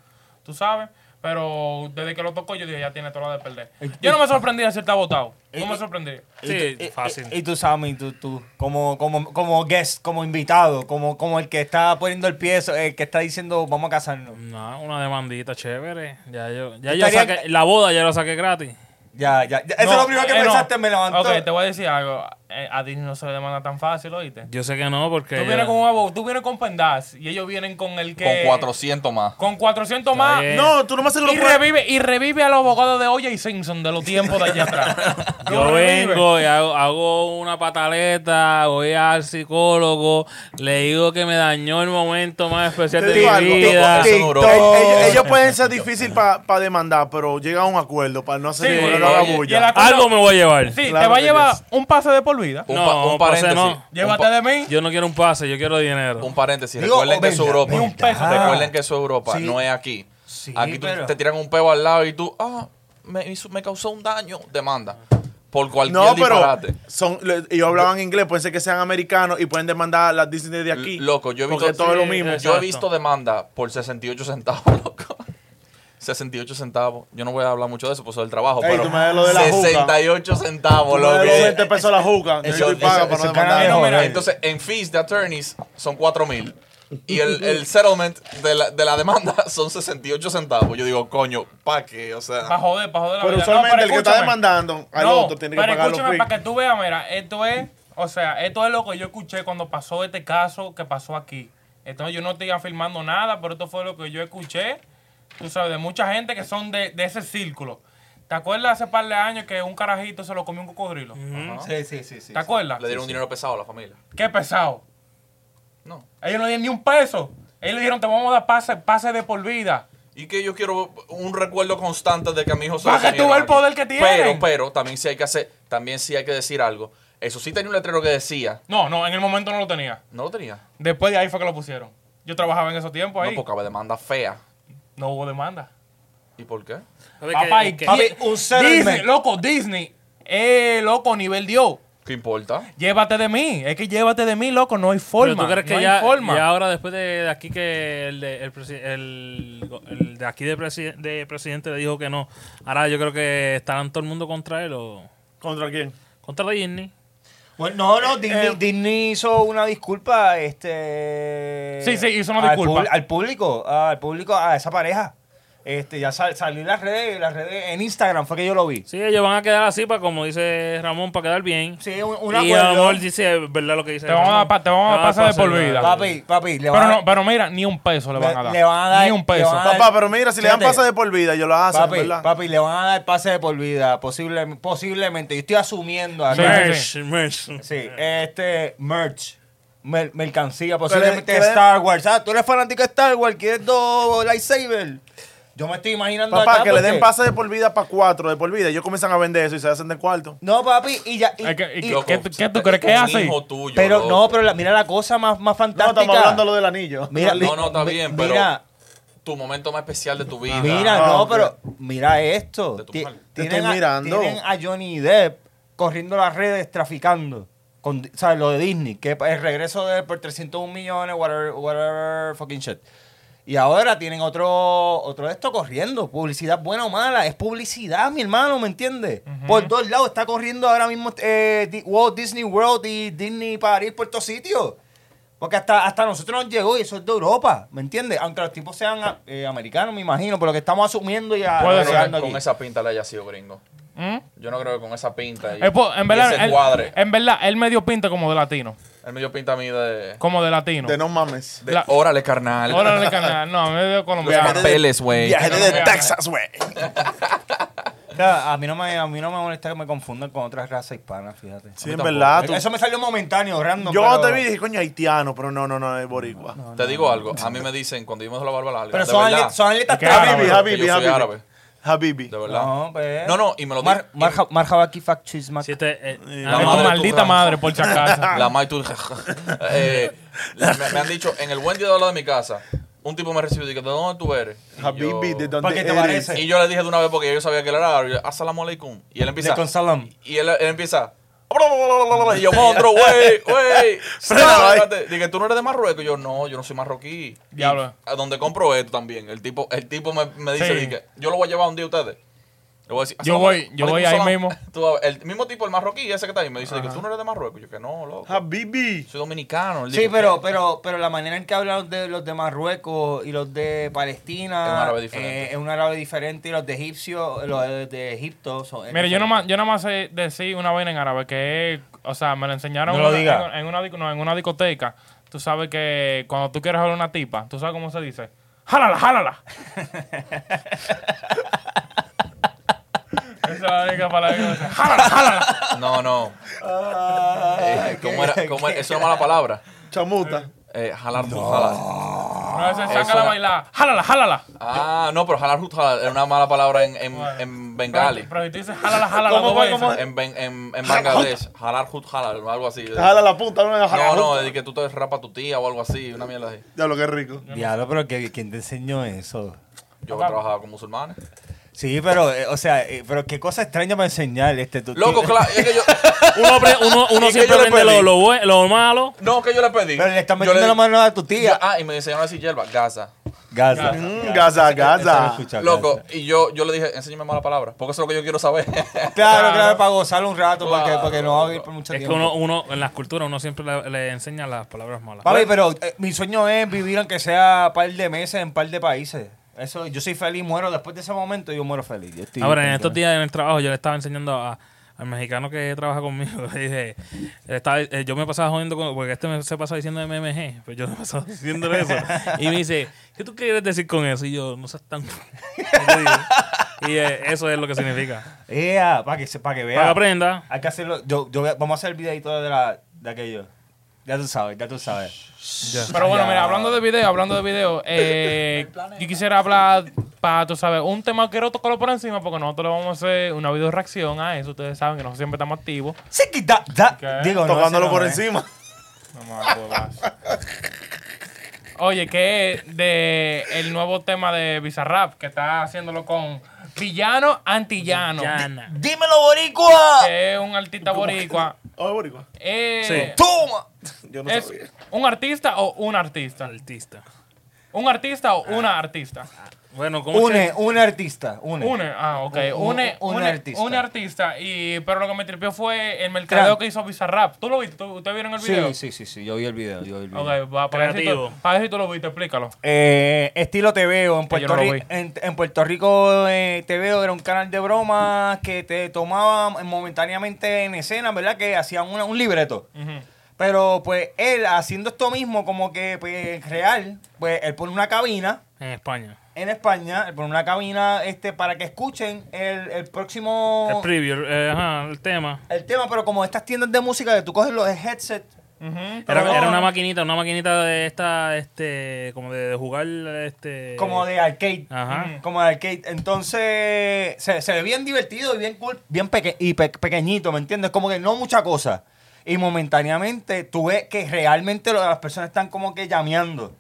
Speaker 10: Tú sabes. Pero desde que lo tocó, yo dije, ya tiene toda la de perder. Yo no me sorprendía si él está votado. No me sorprendía.
Speaker 9: Sí,
Speaker 10: eh,
Speaker 1: Y-
Speaker 9: fácil.
Speaker 1: Y, y tú, Sammy, tú, tú como, como, como guest, como invitado, como, como el que está poniendo el pie, so- el que está diciendo vamos a casarnos.
Speaker 9: No, una demandita chévere. Ya yo, ya
Speaker 1: Yo
Speaker 9: yo
Speaker 1: estaría-
Speaker 9: saqué, la boda ya la saqué gratis.
Speaker 1: Ya, ya. ya. Eso
Speaker 10: No,
Speaker 1: es lo primero que
Speaker 10: eh, no.
Speaker 1: pensaste, me levantó.
Speaker 10: Ok, te voy a decir algo. Eh, A Disney no se le demanda tan fácil, ¿oíste?
Speaker 9: Yo sé que no, porque.
Speaker 10: Tú
Speaker 9: ya-
Speaker 10: vienes con un abogado, tú vienes con Pendas y ellos vienen con el que.
Speaker 3: Con 400 más.
Speaker 10: Con 400 más.
Speaker 9: bien.
Speaker 8: No, tú nomás se lo
Speaker 10: Y
Speaker 8: puedes.
Speaker 10: revive, y revive a los abogados de Oye y Simpson de los tiempos de allá atrás.
Speaker 9: Yo
Speaker 10: Los revive.
Speaker 9: vengo y hago, hago una pataleta, voy al psicólogo, le digo que me dañó el momento más especial
Speaker 8: Te
Speaker 9: de
Speaker 8: digo
Speaker 9: mi
Speaker 8: algo,
Speaker 9: vida.
Speaker 3: eso duró.
Speaker 8: Eh,
Speaker 3: Oh.
Speaker 8: ellos, ellos pueden ser difícil para demandar, pero llega a un acuerdo para no hacer
Speaker 10: Sí,
Speaker 8: ninguna
Speaker 10: oye, y el
Speaker 8: bulla.
Speaker 10: acu-
Speaker 9: Algo me voy a llevar.
Speaker 10: Sí,
Speaker 8: Claro
Speaker 10: te va a
Speaker 8: que
Speaker 10: llevar
Speaker 8: yes.
Speaker 10: un pase de por vida.
Speaker 3: Un,
Speaker 9: No,
Speaker 3: pa- un
Speaker 9: pase
Speaker 3: paréntesis.
Speaker 9: no.
Speaker 3: Un pa-
Speaker 10: pues, Llévate de mí.
Speaker 9: Yo no quiero un pase, yo quiero dinero.
Speaker 3: Un paréntesis.
Speaker 1: Digo,
Speaker 3: Recuerden que es
Speaker 1: verdad,
Speaker 3: Europa.
Speaker 1: ni
Speaker 10: un peso.
Speaker 3: Recuerden que es Europa,
Speaker 1: Sí.
Speaker 3: no es aquí.
Speaker 1: Sí,
Speaker 3: aquí tú
Speaker 1: pero-
Speaker 3: te tiran un peo al lado y tú, ah, me, hizo- me causó un daño. Demanda. Por cualquier
Speaker 8: No, pero
Speaker 3: disparate.
Speaker 8: son, le- ellos hablaban inglés, pueden ser que sean americanos y pueden demandar a las Disney de aquí.
Speaker 3: Loco, yo he visto. eh,
Speaker 8: Porque todo es lo
Speaker 9: Sí,
Speaker 8: mismo.
Speaker 3: Yo he
Speaker 9: exacto.
Speaker 3: visto demanda por 68 centavos, loco. 68 centavos. Yo no voy a hablar mucho de eso, pues eso es el trabajo.
Speaker 8: Ey,
Speaker 3: pero
Speaker 8: tú me das lo de la juca.
Speaker 3: 68 centavos,
Speaker 8: Tú me
Speaker 3: loco.
Speaker 8: das los 20 pesos la juca. Yo
Speaker 3: Eso-
Speaker 8: estoy
Speaker 3: eso-
Speaker 8: paga para
Speaker 1: eso
Speaker 8: no
Speaker 1: es cara de
Speaker 8: demandar.
Speaker 1: joder.
Speaker 3: Mira, Ah, Entonces, en fees de attorneys son 4 mil. Y el, el settlement de la, de la demanda son 68 centavos. Yo digo, coño, ¿pa' qué? O
Speaker 10: Para
Speaker 3: sea,
Speaker 10: joder, para joder la
Speaker 8: Pero
Speaker 10: vida. No,
Speaker 8: usualmente el que está
Speaker 10: escúchame.
Speaker 8: demandando al
Speaker 10: No,
Speaker 8: otro tiene que
Speaker 10: pero
Speaker 8: pagar los
Speaker 10: escúchame
Speaker 8: fees.
Speaker 10: para que tú veas, mira, esto es, o sea, esto es lo que yo escuché cuando pasó este caso que pasó aquí. Entonces yo no estoy afirmando nada, pero esto fue lo que yo escuché, tú sabes, de mucha gente que son de, de ese círculo. ¿Te acuerdas hace par de años que un carajito se lo comió un cocodrilo?
Speaker 1: Sí, sí, sí. sí.
Speaker 10: ¿Te acuerdas?
Speaker 3: le dieron un dinero pesado a la familia.
Speaker 10: Qué pesado.
Speaker 3: No.
Speaker 10: Ellos no dieron ni un peso. Ellos le dijeron, te vamos a dar pase, pase de por vida.
Speaker 3: Y que yo quiero un recuerdo constante de que a mi hijo se
Speaker 10: Para
Speaker 3: lo
Speaker 10: que tú
Speaker 3: comieron
Speaker 10: veas el
Speaker 3: aquí.
Speaker 10: poder que tienen.
Speaker 3: Pero, pero, también sí hay que hacer, también sí hay que decir algo. Eso sí tenía un letrero que decía,
Speaker 10: No, no, en el momento no lo tenía.
Speaker 3: no lo tenía.
Speaker 10: Después de ahí fue que lo pusieron. Yo trabajaba en esos tiempos ahí.
Speaker 3: No, porque había demanda fea.
Speaker 10: no hubo demanda.
Speaker 3: ¿Y por qué?
Speaker 10: Papá, ¿y
Speaker 1: Papi,
Speaker 10: qué?
Speaker 1: un settlement.
Speaker 10: Disney, loco, Disney. Eh, loco, nivel Dios.
Speaker 3: ¿Qué importa?
Speaker 10: Llévate de mí. Es que llévate de mí, loco. No hay
Speaker 9: Pero
Speaker 10: forma.
Speaker 9: tú crees que
Speaker 10: no
Speaker 9: ya,
Speaker 10: hay forma.
Speaker 9: ya ahora después de, de aquí que el de, el, presi- el- el de aquí de, presi- de presidente le dijo que no. Ahora yo creo que estarán todo el mundo contra él o
Speaker 8: ¿Contra quién?
Speaker 9: contra la Disney.
Speaker 1: Bueno, no, no, Disney, Eh, Disney hizo una disculpa, este...
Speaker 10: Sí, sí, hizo una
Speaker 1: al
Speaker 10: disculpa.
Speaker 1: pub- Al, público, ah, al público, a esa pareja. Este, ya sal- salió en las redes, las redes, en Instagram fue que yo lo vi.
Speaker 9: Sí, ellos van a quedar así para como dice Ramón para quedar bien.
Speaker 1: Sí, un, un
Speaker 9: y a lo
Speaker 1: acuerdo.
Speaker 9: mejor dice verdad lo que dice. Ah,
Speaker 10: Te vamos a dar pa- te vamos a
Speaker 9: Van
Speaker 10: pasar de por
Speaker 9: pasar,
Speaker 10: vida.
Speaker 1: Ah, Papi, papi, le
Speaker 10: pero,
Speaker 1: van a-
Speaker 10: no, pero mira, ni un peso le van a dar.
Speaker 1: Le van a dar-
Speaker 10: Ni un
Speaker 1: le
Speaker 10: peso.
Speaker 1: van a dar-
Speaker 8: Papá, pero mira, si le dan
Speaker 1: Fíjate.
Speaker 8: pasa de por vida, yo lo hacen,
Speaker 1: Papi,
Speaker 8: ¿verdad?
Speaker 1: papi, le van a dar pase de por vida, posible, posiblemente. Yo estoy asumiendo acá.
Speaker 10: Sí.
Speaker 9: Merch, merch.
Speaker 1: Sí,
Speaker 8: Eh.
Speaker 1: este merch. mer- mercancía,
Speaker 8: le-
Speaker 1: posiblemente
Speaker 8: que le-
Speaker 1: Star Wars. Ah, tú eres fanático de Star Wars, quieres dos lightsaber. Yo me estoy imaginando.
Speaker 8: Papá,
Speaker 1: acá
Speaker 8: que le den
Speaker 1: porque-
Speaker 8: pase de por vida para cuatro de por vida. Ellos comienzan a vender eso y se hacen del cuarto.
Speaker 1: No, papi, y ya. y-
Speaker 10: Hay que- y-
Speaker 1: y-
Speaker 10: ¿Qué tú- qué tú crees que es
Speaker 3: Un
Speaker 10: así?
Speaker 3: hijo tuyo,
Speaker 1: pero
Speaker 3: loco.
Speaker 1: no, pero la- mira la cosa más, más
Speaker 8: No,
Speaker 1: fantástica.
Speaker 8: estamos hablando de lo del anillo.
Speaker 1: Mira,
Speaker 3: No,
Speaker 1: mi-
Speaker 3: no, está
Speaker 1: mi-
Speaker 3: bien,
Speaker 1: Mira,
Speaker 3: Tu momento más especial de tu vida.
Speaker 1: mira,
Speaker 8: Ah,
Speaker 1: no,
Speaker 8: ok.
Speaker 1: pero mira esto.
Speaker 3: De tu
Speaker 1: Ti-
Speaker 3: mujer.
Speaker 8: Te
Speaker 1: tienen
Speaker 8: estoy
Speaker 1: a-
Speaker 8: mirando.
Speaker 1: tienen a Johnny Depp corriendo las redes, traficando. Con, ¿Sabes? Lo de Disney, que el regreso de él por 301 millones, whatever, whatever fucking shit. Y ahora tienen otro, otro de esto corriendo. Publicidad buena o mala. Es publicidad, mi hermano, ¿me entiendes? Por dos lados. Está corriendo ahora mismo eh, Di- Walt Disney World y Disney París, Puerto Sitio. Porque hasta, hasta nosotros nos llegó y eso es de Europa, ¿me entiendes? Aunque los tipos sean ah, eh, americanos, me imagino, pero lo que estamos asumiendo y
Speaker 10: Puede
Speaker 3: Yo no creo
Speaker 1: agregando
Speaker 3: que con
Speaker 1: aquí.
Speaker 3: esa pinta le haya sido gringo. Yo no creo que con esa pinta y,
Speaker 10: ¿Mm? Es por- en,
Speaker 3: y
Speaker 10: verdad,
Speaker 3: ese
Speaker 10: él,
Speaker 3: cuadre.
Speaker 10: en verdad, él medio pinta como de latino.
Speaker 3: Él me dio pinta a mí de...
Speaker 10: Como de latino.
Speaker 8: De no mames.
Speaker 3: de
Speaker 10: La-
Speaker 3: órale, carnal.
Speaker 10: Órale, canal. No, medio
Speaker 3: Los
Speaker 10: colombiano.
Speaker 3: papeles, güey.
Speaker 8: Viajero de Texas, güey.
Speaker 1: O sea, a, mí no me, a mí no me molesta que me confundan con otras razas hispanas, fíjate.
Speaker 8: Sí, en verdad. tú-
Speaker 1: Eso me salió momentáneo, random.
Speaker 8: Yo cuando te
Speaker 1: pero-
Speaker 8: vi dije, coño, haitiano, pero no, no, no, es boricua.
Speaker 3: Te digo algo. A mí me dicen, cuando vimos la barba larga,
Speaker 1: Pero
Speaker 3: de
Speaker 1: son,
Speaker 3: verdad,
Speaker 1: ale- son aletas
Speaker 10: Es que
Speaker 1: trágicas.
Speaker 10: árabe.
Speaker 8: Habibi,
Speaker 3: que yo soy
Speaker 8: Habibi, Habibi.
Speaker 3: árabe.
Speaker 8: Habibi.
Speaker 3: De verdad.
Speaker 1: No, pues.
Speaker 3: No, no, y me lo
Speaker 1: Mar,
Speaker 3: di-
Speaker 1: marja, marja Baki Fact Cheese Mac.
Speaker 9: Si este, eh,
Speaker 8: Y
Speaker 9: ah,
Speaker 3: la
Speaker 10: Es
Speaker 9: no,
Speaker 10: tu
Speaker 3: madre-
Speaker 10: maldita madre, por si acaso.
Speaker 1: Ah.
Speaker 3: La Mai tu- Eh, me, me han dicho, en el buen día de lado de mi casa, un tipo me recibió y dijo, ¿de dónde tú eres? Y yo-
Speaker 8: Habibi, ¿de dónde
Speaker 1: ¿Para qué te
Speaker 8: eres?
Speaker 1: parece?
Speaker 3: Y yo le dije de una vez porque yo sabía que él era árabe. yo, Asalamu alaikum. Y él empieza.
Speaker 1: Alaikum salam.
Speaker 3: Y él, él empieza. Y yo, monstruo, wey, wey.
Speaker 8: Frenalo ahí.
Speaker 3: sácate". Dije, tú no eres de Marruecos. Y yo, no, yo no soy marroquí. Y
Speaker 10: Diablo.
Speaker 3: A donde compro esto también. El tipo, el tipo me, me dice,
Speaker 10: Sí.
Speaker 3: dije, yo lo voy a llevar un día a ustedes. Le voy a decir,
Speaker 10: Yo
Speaker 3: "Asalamu
Speaker 10: voy- yo
Speaker 3: alaikum
Speaker 10: voy ahí
Speaker 3: salam".
Speaker 10: mismo.
Speaker 3: Tú vas a ver, el mismo tipo, el marroquí, ese que está ahí, me dice, dije, tú no eres de Marruecos. Yo, que no, loco.
Speaker 10: Ah.
Speaker 8: Habibi.
Speaker 3: Soy dominicano. Él
Speaker 1: Sí,
Speaker 3: dijo,
Speaker 1: pero,
Speaker 3: "¿Qué?".
Speaker 1: pero, pero la manera en que hablan de los de Marruecos y los de Palestina
Speaker 3: Es un árabe diferente.
Speaker 1: eh, es un árabe diferente y los de egipcio, los de Egipto son.
Speaker 10: Mira, yo nomás, yo nomás sé decir una vaina en árabe que es, o sea, me lo enseñaron
Speaker 1: No lo
Speaker 10: en, una-
Speaker 1: diga.
Speaker 10: en una, dico- no, en una discoteca. Tú sabes que cuando tú quieres hablar a una tipa, tú sabes cómo se dice. ¡Jálala, jálala! Esa es la única palabra que me sé. ¡Jálala, jálala!
Speaker 3: No, no.
Speaker 10: Ah,
Speaker 3: Eh, ¿Cómo era? ¿Cómo era? Es una mala palabra.
Speaker 8: Chamuta.
Speaker 3: Eh, jalar, jalar.
Speaker 10: No, ese es
Speaker 3: Eso
Speaker 10: sácala a
Speaker 3: era-
Speaker 10: bailar. ¡Jálala, jálala!
Speaker 3: Ah, no, pero jalar juta era una mala palabra en, en, en bengali.
Speaker 10: Pero, pero si tú dices jálala, jálala,
Speaker 8: ¿Cómo
Speaker 10: dos
Speaker 8: fue?
Speaker 10: veces.
Speaker 8: ¿Cómo fue?
Speaker 3: En, ben- en, en Bangladesh, jalar hut jalar o algo así.
Speaker 8: Jala la punta, no me la jala.
Speaker 3: No, no, es de que tú te rapas tu tía o algo así, una mierda así.
Speaker 8: Ya lo que rico.
Speaker 1: Diablo, pero que- ¿quién te enseñó eso?
Speaker 3: Yo que trabajaba con musulmanes.
Speaker 1: Sí, pero, eh, o sea, eh, pero qué cosa extraña para enseñar este. tú-
Speaker 3: Loco,
Speaker 1: tú-
Speaker 3: claro, es que yo.
Speaker 9: uno, pre- uno, uno
Speaker 3: ¿Y qué
Speaker 9: siempre
Speaker 3: yo le
Speaker 9: aprende lo,
Speaker 3: pedí?
Speaker 9: lo, bue- lo malo.
Speaker 3: No, que yo le pedí.
Speaker 1: Pero le están
Speaker 3: Yo
Speaker 1: metiendo la mano a tu
Speaker 3: Yo-
Speaker 1: tía.
Speaker 3: ah, y me enseñaron a decir hierba, Gaza.
Speaker 1: Gaza.
Speaker 8: Mm,
Speaker 1: Eso
Speaker 8: Gaza,
Speaker 1: lo
Speaker 8: Gaza.
Speaker 1: escucha,
Speaker 3: Loco,
Speaker 1: Gaza.
Speaker 3: y yo, yo le dije, enséñame mala palabra, porque eso es lo que yo quiero saber.
Speaker 1: Claro, claro, para gozar un rato, porque,
Speaker 3: Claro,
Speaker 1: porque no va a ir por mucho
Speaker 9: Es que
Speaker 1: tiempo.
Speaker 9: uno, uno en las culturas uno siempre le, le enseña las palabras malas.
Speaker 1: Papi, pero eh, mi sueño es vivir aunque sea par de meses en par de países. Eso, yo soy feliz, muero después de ese momento, yo muero feliz. Yo estoy
Speaker 9: Ahora, Ah, en estos
Speaker 1: contento.
Speaker 9: días en el trabajo yo le estaba enseñando a- al mexicano que trabaja conmigo. le dije, le estaba- eh, yo me pasaba jodiendo con, porque este me, se pasa diciendo MMG, pues yo me pasaba diciendo eso. y me dice, ¿qué tú quieres decir con eso? Y yo, no seas tan... y eh, eso es lo que significa.
Speaker 1: Ea, Eh, ah, para que, se- pa' que vea.
Speaker 9: Para que aprenda.
Speaker 1: Hay que hacerlo. Yo, yo voy a- vamos a hacer el videito de, la, de aquello. Ya tú sabes, ya tú sabes.
Speaker 10: Pero bueno, mira, hablando de video, hablando de video, eh, yo quisiera hablar para, tú sabes, un tema que quiero tocarlo por encima porque nosotros vamos a hacer una video reacción a eso. Ustedes saben que nosotros siempre estamos activos.
Speaker 1: Sí, que da, da.
Speaker 10: ¿Qué?
Speaker 1: Digo, no,
Speaker 8: Tocándolo
Speaker 1: ese no eh.
Speaker 8: por
Speaker 1: es.
Speaker 8: encima.
Speaker 10: No más huevas. Oye, que de el nuevo tema de Bizarrap que está haciéndolo con Villano Antillano,
Speaker 9: Llana.
Speaker 1: ¡Dímelo, Boricua!
Speaker 10: que es un artista boricua.
Speaker 8: Oye, Oh, boricua.
Speaker 10: Eh,
Speaker 1: ¡Toma!
Speaker 8: Yo no
Speaker 10: ¿Es
Speaker 8: sabía.
Speaker 10: un artista o un artista?
Speaker 9: Artista.
Speaker 10: ¿Un artista o una artista?
Speaker 9: Bueno, ¿cómo es
Speaker 1: Une,
Speaker 9: que-
Speaker 1: un artista. Une.
Speaker 10: Une, ah, ok.
Speaker 1: Un-
Speaker 10: Une,
Speaker 1: un
Speaker 10: un
Speaker 1: artista.
Speaker 10: artista. Un artista. Y, pero lo que me tripió fue el mercadeo
Speaker 1: Claro.
Speaker 10: que hizo Bizarrap. ¿Tú lo viste? ¿Tú- ¿Ustedes vieron el video?
Speaker 1: Sí, sí, sí, sí. Yo vi el video. Yo vi el video.
Speaker 10: Ok, va, para, ver si tú,
Speaker 9: Creativo.
Speaker 10: para ver si tú lo viste, explícalo.
Speaker 1: Eh, estilo te veo en
Speaker 10: Que yo
Speaker 1: Puerto,
Speaker 10: no lo
Speaker 1: Ri-
Speaker 10: vi.
Speaker 1: en, en Puerto Rico eh, te veo era un canal de bromas que te tomaban momentáneamente en escena, ¿verdad? Que hacían una- un libreto. Pero pues él haciendo esto mismo como que pues, real, pues él pone una cabina
Speaker 9: En España.
Speaker 1: en España, él pone una cabina este para que escuchen el, el próximo
Speaker 9: El preview, eh, ajá, el tema.
Speaker 1: el tema, pero como estas tiendas de música que tú coges los headsets
Speaker 9: Era,
Speaker 1: Pero no,
Speaker 9: era una
Speaker 1: no.
Speaker 9: maquinita, una maquinita de esta, este, como de, de jugar, este...
Speaker 1: Como de arcade.
Speaker 9: Ajá.
Speaker 1: Mm, Como de arcade. Entonces, se, se ve bien divertido y bien cool, bien peque- y pe- pequeñito, ¿me entiendes? Como que no mucha cosa. Y momentáneamente tú ves que realmente lo- las personas están como que llameando.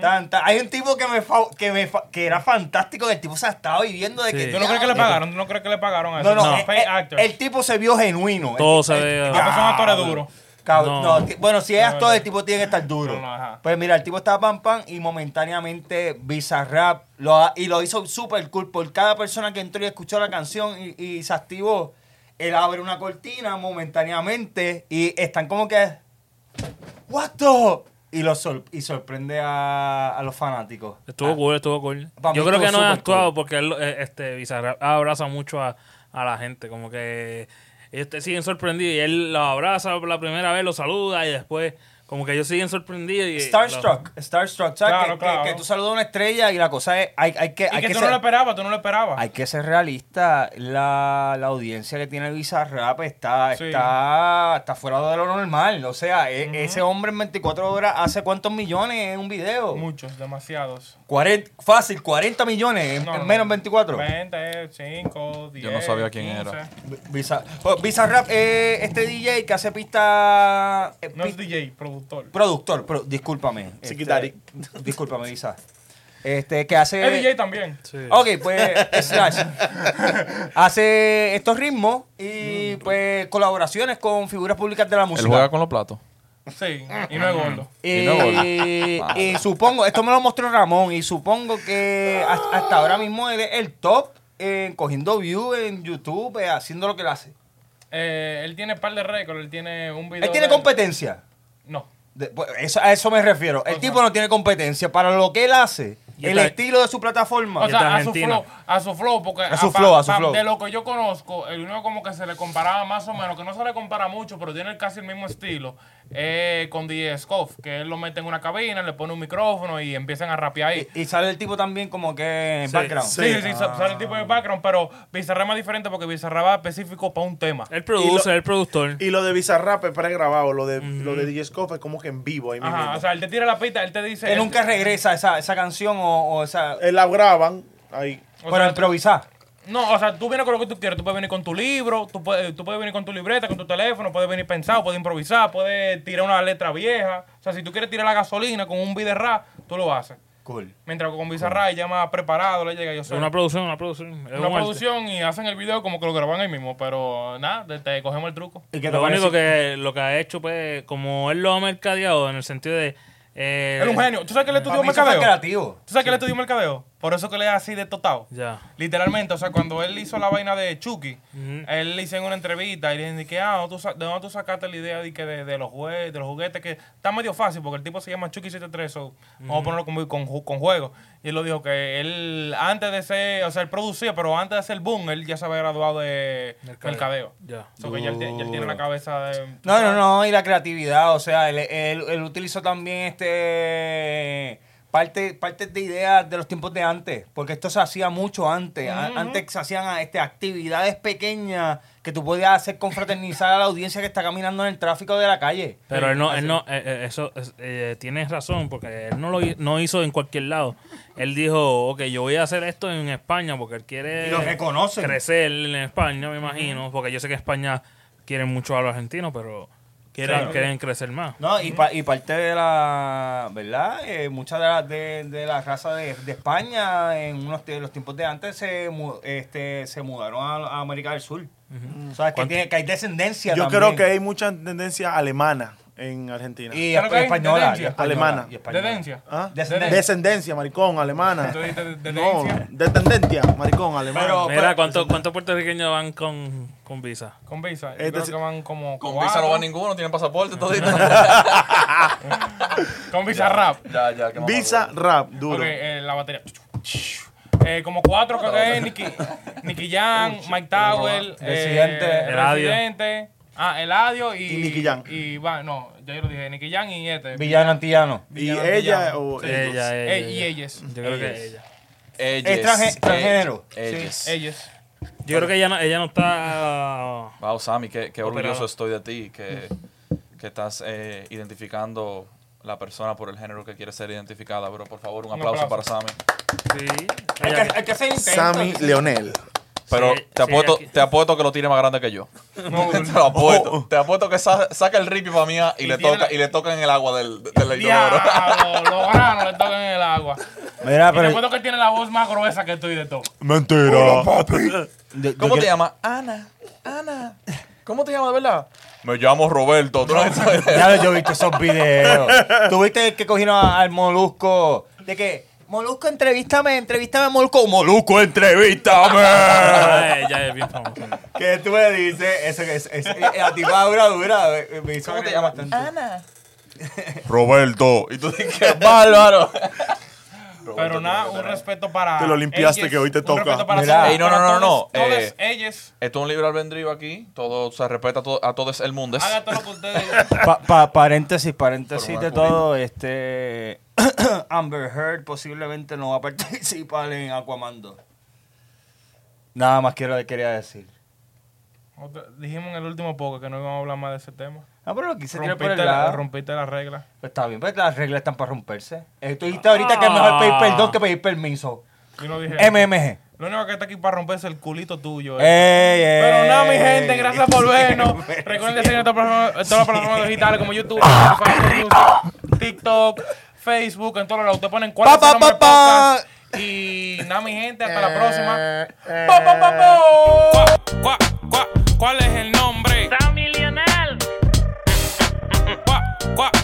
Speaker 1: Tan- tan- Hay un tipo que me, fa- que me fa- que era fantástico, que el tipo se estaba viviendo de
Speaker 9: Sí.
Speaker 1: que...
Speaker 10: ¿Tú no crees que le pagaron? ¿Tú no crees que le pagaron a
Speaker 1: No,
Speaker 10: eso?
Speaker 1: no,
Speaker 10: Son
Speaker 1: eh,
Speaker 10: fake
Speaker 1: eh,
Speaker 10: actors.
Speaker 1: el tipo se vio genuino.
Speaker 9: Todo
Speaker 1: El-
Speaker 9: se
Speaker 1: el-
Speaker 9: ve-
Speaker 1: el-
Speaker 9: Ah,
Speaker 10: Ambos son actores duros.
Speaker 1: Cabrón,
Speaker 9: No.
Speaker 1: no, ti- bueno, si es actor, el tipo tiene que estar duro.
Speaker 10: No, no, ajá.
Speaker 1: pues mira, el tipo estaba pam pam y momentáneamente Bizarrap lo, ha- y lo hizo súper cool. Por cada persona que entró y escuchó la canción y, y se activó, él abre una cortina momentáneamente y están como que. ¿What the? Y, lo sor- y sorprende a, a los fanáticos. Ah,
Speaker 9: Estuvo cool, estuvo cool.
Speaker 1: Para
Speaker 9: Yo
Speaker 1: mí
Speaker 9: creo que
Speaker 1: estuvo
Speaker 9: no ha
Speaker 1: súper
Speaker 9: actuado
Speaker 1: cool.
Speaker 9: porque él, eh, este, Bizarrap abraza mucho a, a la gente, como que ellos te siguen sorprendidos y él los abraza por la primera vez, los saluda y después Como que ellos siguen sorprendidos. Y,
Speaker 1: Starstruck, Starstruck, ¿sabes? que,
Speaker 10: Claro,
Speaker 1: que-
Speaker 10: claro.
Speaker 1: que tú saludas a una estrella y la cosa es, hay, hay que,
Speaker 10: Y
Speaker 1: hay
Speaker 10: que
Speaker 1: que
Speaker 10: tú no lo
Speaker 1: ser,
Speaker 10: esperabas, tú no lo esperabas.
Speaker 1: hay que ser realista. La, la audiencia que tiene Bizarrap está,
Speaker 10: Sí.
Speaker 1: está, está fuera de lo normal. O sea, e- ese hombre en 24 horas hace cuántos millones en un video.
Speaker 10: Muchos, demasiados.
Speaker 1: 40, fácil, 40 millones en,
Speaker 10: No,
Speaker 1: en
Speaker 10: no,
Speaker 1: menos
Speaker 10: no.
Speaker 1: 24.
Speaker 10: 20, 5, 10.
Speaker 3: sabía quién era.
Speaker 1: Visa, oh, Bizarrap, eh, este DJ que hace pista. eh,
Speaker 10: No es
Speaker 1: pi-
Speaker 10: DJ, productor.
Speaker 1: productor, pro- discúlpame.
Speaker 8: Secretary.
Speaker 1: discúlpame, Visa. Este, que hace.
Speaker 10: Es DJ también.
Speaker 1: Ok, pues Slash hace estos ritmos y pues colaboraciones con figuras públicas de la
Speaker 3: Él
Speaker 1: música.
Speaker 3: juega con los platos.
Speaker 10: Sí, y no es gordo.
Speaker 1: Y,
Speaker 3: Y no gol.
Speaker 1: y supongo, esto me lo mostró Ramón, y supongo que hasta, hasta ahora mismo él es el top en cogiendo views en YouTube, eh, haciendo lo que él hace.
Speaker 10: Eh, él tiene par de récords, él tiene un video.
Speaker 1: Él tiene
Speaker 10: de-
Speaker 1: competencia.
Speaker 10: No.
Speaker 1: De- pues, eso- a eso me refiero. El tipo no tiene competencia. Para lo que él hace,
Speaker 9: Y
Speaker 1: el
Speaker 9: está-
Speaker 1: estilo de su plataforma.
Speaker 10: O sea, a su
Speaker 9: Argentina.
Speaker 10: flow, a su flow, porque
Speaker 1: A su
Speaker 10: pa-
Speaker 1: flow, a su
Speaker 10: pa-
Speaker 1: flow.
Speaker 10: de lo que yo conozco, el único como que se le comparaba más o menos, que no se le compara mucho, pero tiene casi el mismo estilo, eh, con DJ Scoff, que él lo mete en una cabina, le pone un micrófono y empiezan a rapear ahí.
Speaker 1: y, y sale el tipo también como que en background.
Speaker 10: Sí, sí, sí, sa- sale el tipo de background, pero Bizarra es más diferente porque Bizarra va específico para un tema.
Speaker 1: Eh,
Speaker 9: El producer, el productor.
Speaker 8: Y lo de Bizarrap es pregrabado, lo de, lo de DJ Scope es como que en vivo ahí mismo.
Speaker 10: Ajá, o sea, él te tira la pista, él te dice...
Speaker 1: Él nunca regresa esa, esa canción o, o esa.
Speaker 8: Eh, la graban ahí.
Speaker 10: o
Speaker 1: para
Speaker 10: sea,
Speaker 1: improvisar.
Speaker 10: No, o sea, tú vienes con lo que tú quieres. Tú puedes venir con tu libro, tú puedes, tú puedes venir con tu libreta, con tu teléfono, puedes venir pensado, puedes improvisar, puedes tirar una letra vieja. O sea, si tú quieres tirar la gasolina con un video rap, tú lo haces.
Speaker 1: Cool.
Speaker 10: Mientras que con Bizarra ya más preparado le llega yo soy.
Speaker 9: Una producción, una producción. Es
Speaker 10: una
Speaker 9: un arte.
Speaker 10: producción y hacen el video como que lo graban ahí mismo. Pero nada, te, te cogemos el truco.
Speaker 1: ¿Y qué te
Speaker 9: Lo
Speaker 1: parece?
Speaker 9: único que lo que ha hecho, pues, como él lo ha mercadeado en el sentido de. eh,
Speaker 10: Era un genio. ¿Tú sabes que le
Speaker 1: Para
Speaker 10: estudió
Speaker 1: mí eso fue
Speaker 10: mercadeo?
Speaker 1: creativo.
Speaker 10: ¿Tú sabes que le estudió mercadeo? Por eso que le es así de totado.
Speaker 9: Ya.
Speaker 10: Literalmente, o sea, cuando él hizo la vaina de Chucky, él le hizo en una entrevista y le dije que, ah, ¿tú sa- ¿de dónde tú sacaste la idea de, que de, de los juegues, de los juguetes? Que está medio fácil porque el tipo se llama Chucky 73, so vamos a ponerlo con, con, ju- con juego. Y él lo dijo que él, antes de ser, o sea, él producía, pero antes de ser boom, él ya se había graduado de mercadeo.
Speaker 9: Ya.
Speaker 10: So que ya, él tie- ya él tiene la cabeza de...
Speaker 1: No, no, no, y la creatividad, o sea, él, él- él utilizó también este parte, partes de ideas de los tiempos de antes, porque esto se hacía mucho antes, A- antes se hacían ah, este, actividades pequeñas que tú podías hacer confraternizar a la audiencia que está caminando en el tráfico de la calle.
Speaker 9: Pero él no, él no eh, eh, eso es- eh, tienes razón, porque él no lo hi- no hizo en cualquier lado. Él dijo, ok, yo voy a hacer esto en España porque él quiere
Speaker 1: Y lo reconocen.
Speaker 9: crecer en España, me imagino, porque yo sé que España quiere mucho a los argentinos, pero quieren, quieren crecer más.
Speaker 1: No, y, pa- y parte de la, ¿verdad? Eh, mucha de la, de, de la raza de, de España en unos tie- los tiempos de antes se, mu- este, se mudaron a, a América del Sur. O sea, que, tiene, que hay descendencia
Speaker 8: Yo
Speaker 1: también.
Speaker 8: creo que hay mucha tendencia alemana en Argentina.
Speaker 1: Y
Speaker 10: Creo
Speaker 1: esp-
Speaker 10: que hay
Speaker 1: española, y
Speaker 10: tendencia.
Speaker 1: española,
Speaker 8: Alemana.
Speaker 1: y española.
Speaker 10: Dedencia.
Speaker 8: ¿Ah?
Speaker 1: Descendencia.
Speaker 8: Descendencia, maricón, alemana.
Speaker 10: Tú dijiste de- de-
Speaker 8: No,
Speaker 10: dedencia.
Speaker 8: descendencia, maricón, alemana.
Speaker 1: Pero-
Speaker 9: Mira, ¿cuántos cuántos puertorriqueños van con, con visa?
Speaker 10: Con Visa. Yo
Speaker 8: Este
Speaker 10: creo
Speaker 8: sí-
Speaker 10: que van como
Speaker 3: Con
Speaker 10: cuatro.
Speaker 3: visa no va ninguno, tiene pasaporte, todito.
Speaker 10: Con Visa Rap.
Speaker 3: ya, ya. qué mamá,
Speaker 8: Visa
Speaker 3: güey.
Speaker 8: rap, duro.
Speaker 10: Ok, eh, la batería. Eh, como cuatro creo que es Nicky, Nicky Jam, Mike Tower,
Speaker 1: Residente.
Speaker 10: eh,
Speaker 9: Eladio.
Speaker 10: Residente, ah, Eladio y,
Speaker 8: Y Nicky Jam.
Speaker 10: Y va, no, ya yo lo dije, Nicky Jam y este.
Speaker 1: Villano antillano.
Speaker 8: Y
Speaker 10: Villano,
Speaker 8: ella
Speaker 10: villano.
Speaker 8: o
Speaker 9: Ella, ella,
Speaker 10: Eh, y
Speaker 9: ella.
Speaker 10: ellas.
Speaker 9: Yo creo que ella.
Speaker 3: Ellas,
Speaker 1: Extranje-
Speaker 3: ellas,
Speaker 1: extranjero.
Speaker 3: ellas.
Speaker 10: Ellas.
Speaker 9: Yo creo que ella no, ella no ah, está...
Speaker 3: Wow, Sammy, qué, qué orgulloso
Speaker 9: Operado.
Speaker 3: estoy de ti, que, que estás eh, identificando la persona por el género que quiere ser identificada, bro. Por favor, un aplauso,
Speaker 10: aplauso.
Speaker 3: para Sammy.
Speaker 9: Sí.
Speaker 1: Hay que,
Speaker 9: Ella-
Speaker 1: hay que hacer intentos.
Speaker 8: Sammy Leonel.
Speaker 3: Pero
Speaker 9: Sí,
Speaker 3: te,
Speaker 9: sí,
Speaker 3: apuesto,
Speaker 9: aquí-
Speaker 3: te apuesto que lo tiene más grande que yo. te lo apuesto. Te apuesto que sa- saca el rip para mía y, le
Speaker 10: tiene
Speaker 3: toca
Speaker 10: la-
Speaker 3: y le toca en el agua del, del inodoro.
Speaker 10: Diablo, los granos le tocan en el agua.
Speaker 8: Ah,
Speaker 1: Mira,
Speaker 10: Y te
Speaker 1: pero...
Speaker 10: acuerdo que él tiene la voz más gruesa que tú y de todo.
Speaker 8: Mentira.
Speaker 1: yo- yo
Speaker 3: ¿Cómo te
Speaker 1: quiero-
Speaker 3: llamas? Ana. Ana. ¿Cómo te llamas de verdad? Me llamo Roberto. ¿Tú no sabes?
Speaker 1: Ya yo he visto esos videos. Tuviste que cogieron a- al Molusco. De que, Molusco, entrevístame, entrevístame, Molusco. Molusco, entrevístame.
Speaker 9: Ah, ella es bien famosa.
Speaker 1: ¿Qué tú me dices? Eso que es, es, la tipa dura, dura. eh, Me hizo
Speaker 3: ¿Cómo te
Speaker 1: reír
Speaker 3: llamas?
Speaker 1: bastante.
Speaker 3: Oh, Ana. Roberto. Y tú dices, ¡qué bárbaro!
Speaker 10: Pero Pero nada, un respeto para.
Speaker 8: Te lo limpiaste que hoy te
Speaker 10: un
Speaker 8: toca.
Speaker 10: respeto para
Speaker 1: Mira.
Speaker 10: todas-
Speaker 3: Ey, no, no,
Speaker 10: para
Speaker 3: no, no,
Speaker 10: todas- todas
Speaker 3: eh,
Speaker 10: ellas,
Speaker 3: Esto es un libre albedrío aquí. Todo se respeta a, todo, a todos el mundo.
Speaker 10: hagan todo lo que ustedes digan.
Speaker 1: Pa- pa- paréntesis, paréntesis
Speaker 3: Por
Speaker 1: de
Speaker 3: una
Speaker 1: todo, este Amber Heard posiblemente no va a participar en Aquamando. Nada más quiero quería decir.
Speaker 10: Otra- Dijimos en el último poco que no íbamos a hablar más de ese tema.
Speaker 1: Ah, pero lo quise tirar por
Speaker 10: Rompiste
Speaker 1: el
Speaker 10: la,
Speaker 1: lado.
Speaker 10: rompiste la regla.
Speaker 1: Pues Está bien, pues las reglas están para romperse. Eh, Tú dijiste ahorita que es
Speaker 10: Ah.
Speaker 1: mejor pedir perdón que pedir permiso.
Speaker 10: Yo no dije.
Speaker 1: MMG.
Speaker 10: Lo único que está aquí para romperse el culito tuyo. Em- eh.
Speaker 1: Ey, ey.
Speaker 10: Pero nada, mi gente, gracias por vernos. Recuerden este seguir en todas las plataformas- en todas las plataformas digitales como YouTube,
Speaker 1: Ah,
Speaker 10: Spotify, Apple Music, TikTok, Facebook, en todos lados. Te ponen cuatro
Speaker 1: Pa, pa, pa, pa. Eh,
Speaker 10: Y nada, mi gente, hasta la próxima. Pa, pa, pa, pa.
Speaker 5: Cuá, cuá, ¿Cuál es el nombre?
Speaker 2: Sammy Lionel.
Speaker 5: Cuá, cuá,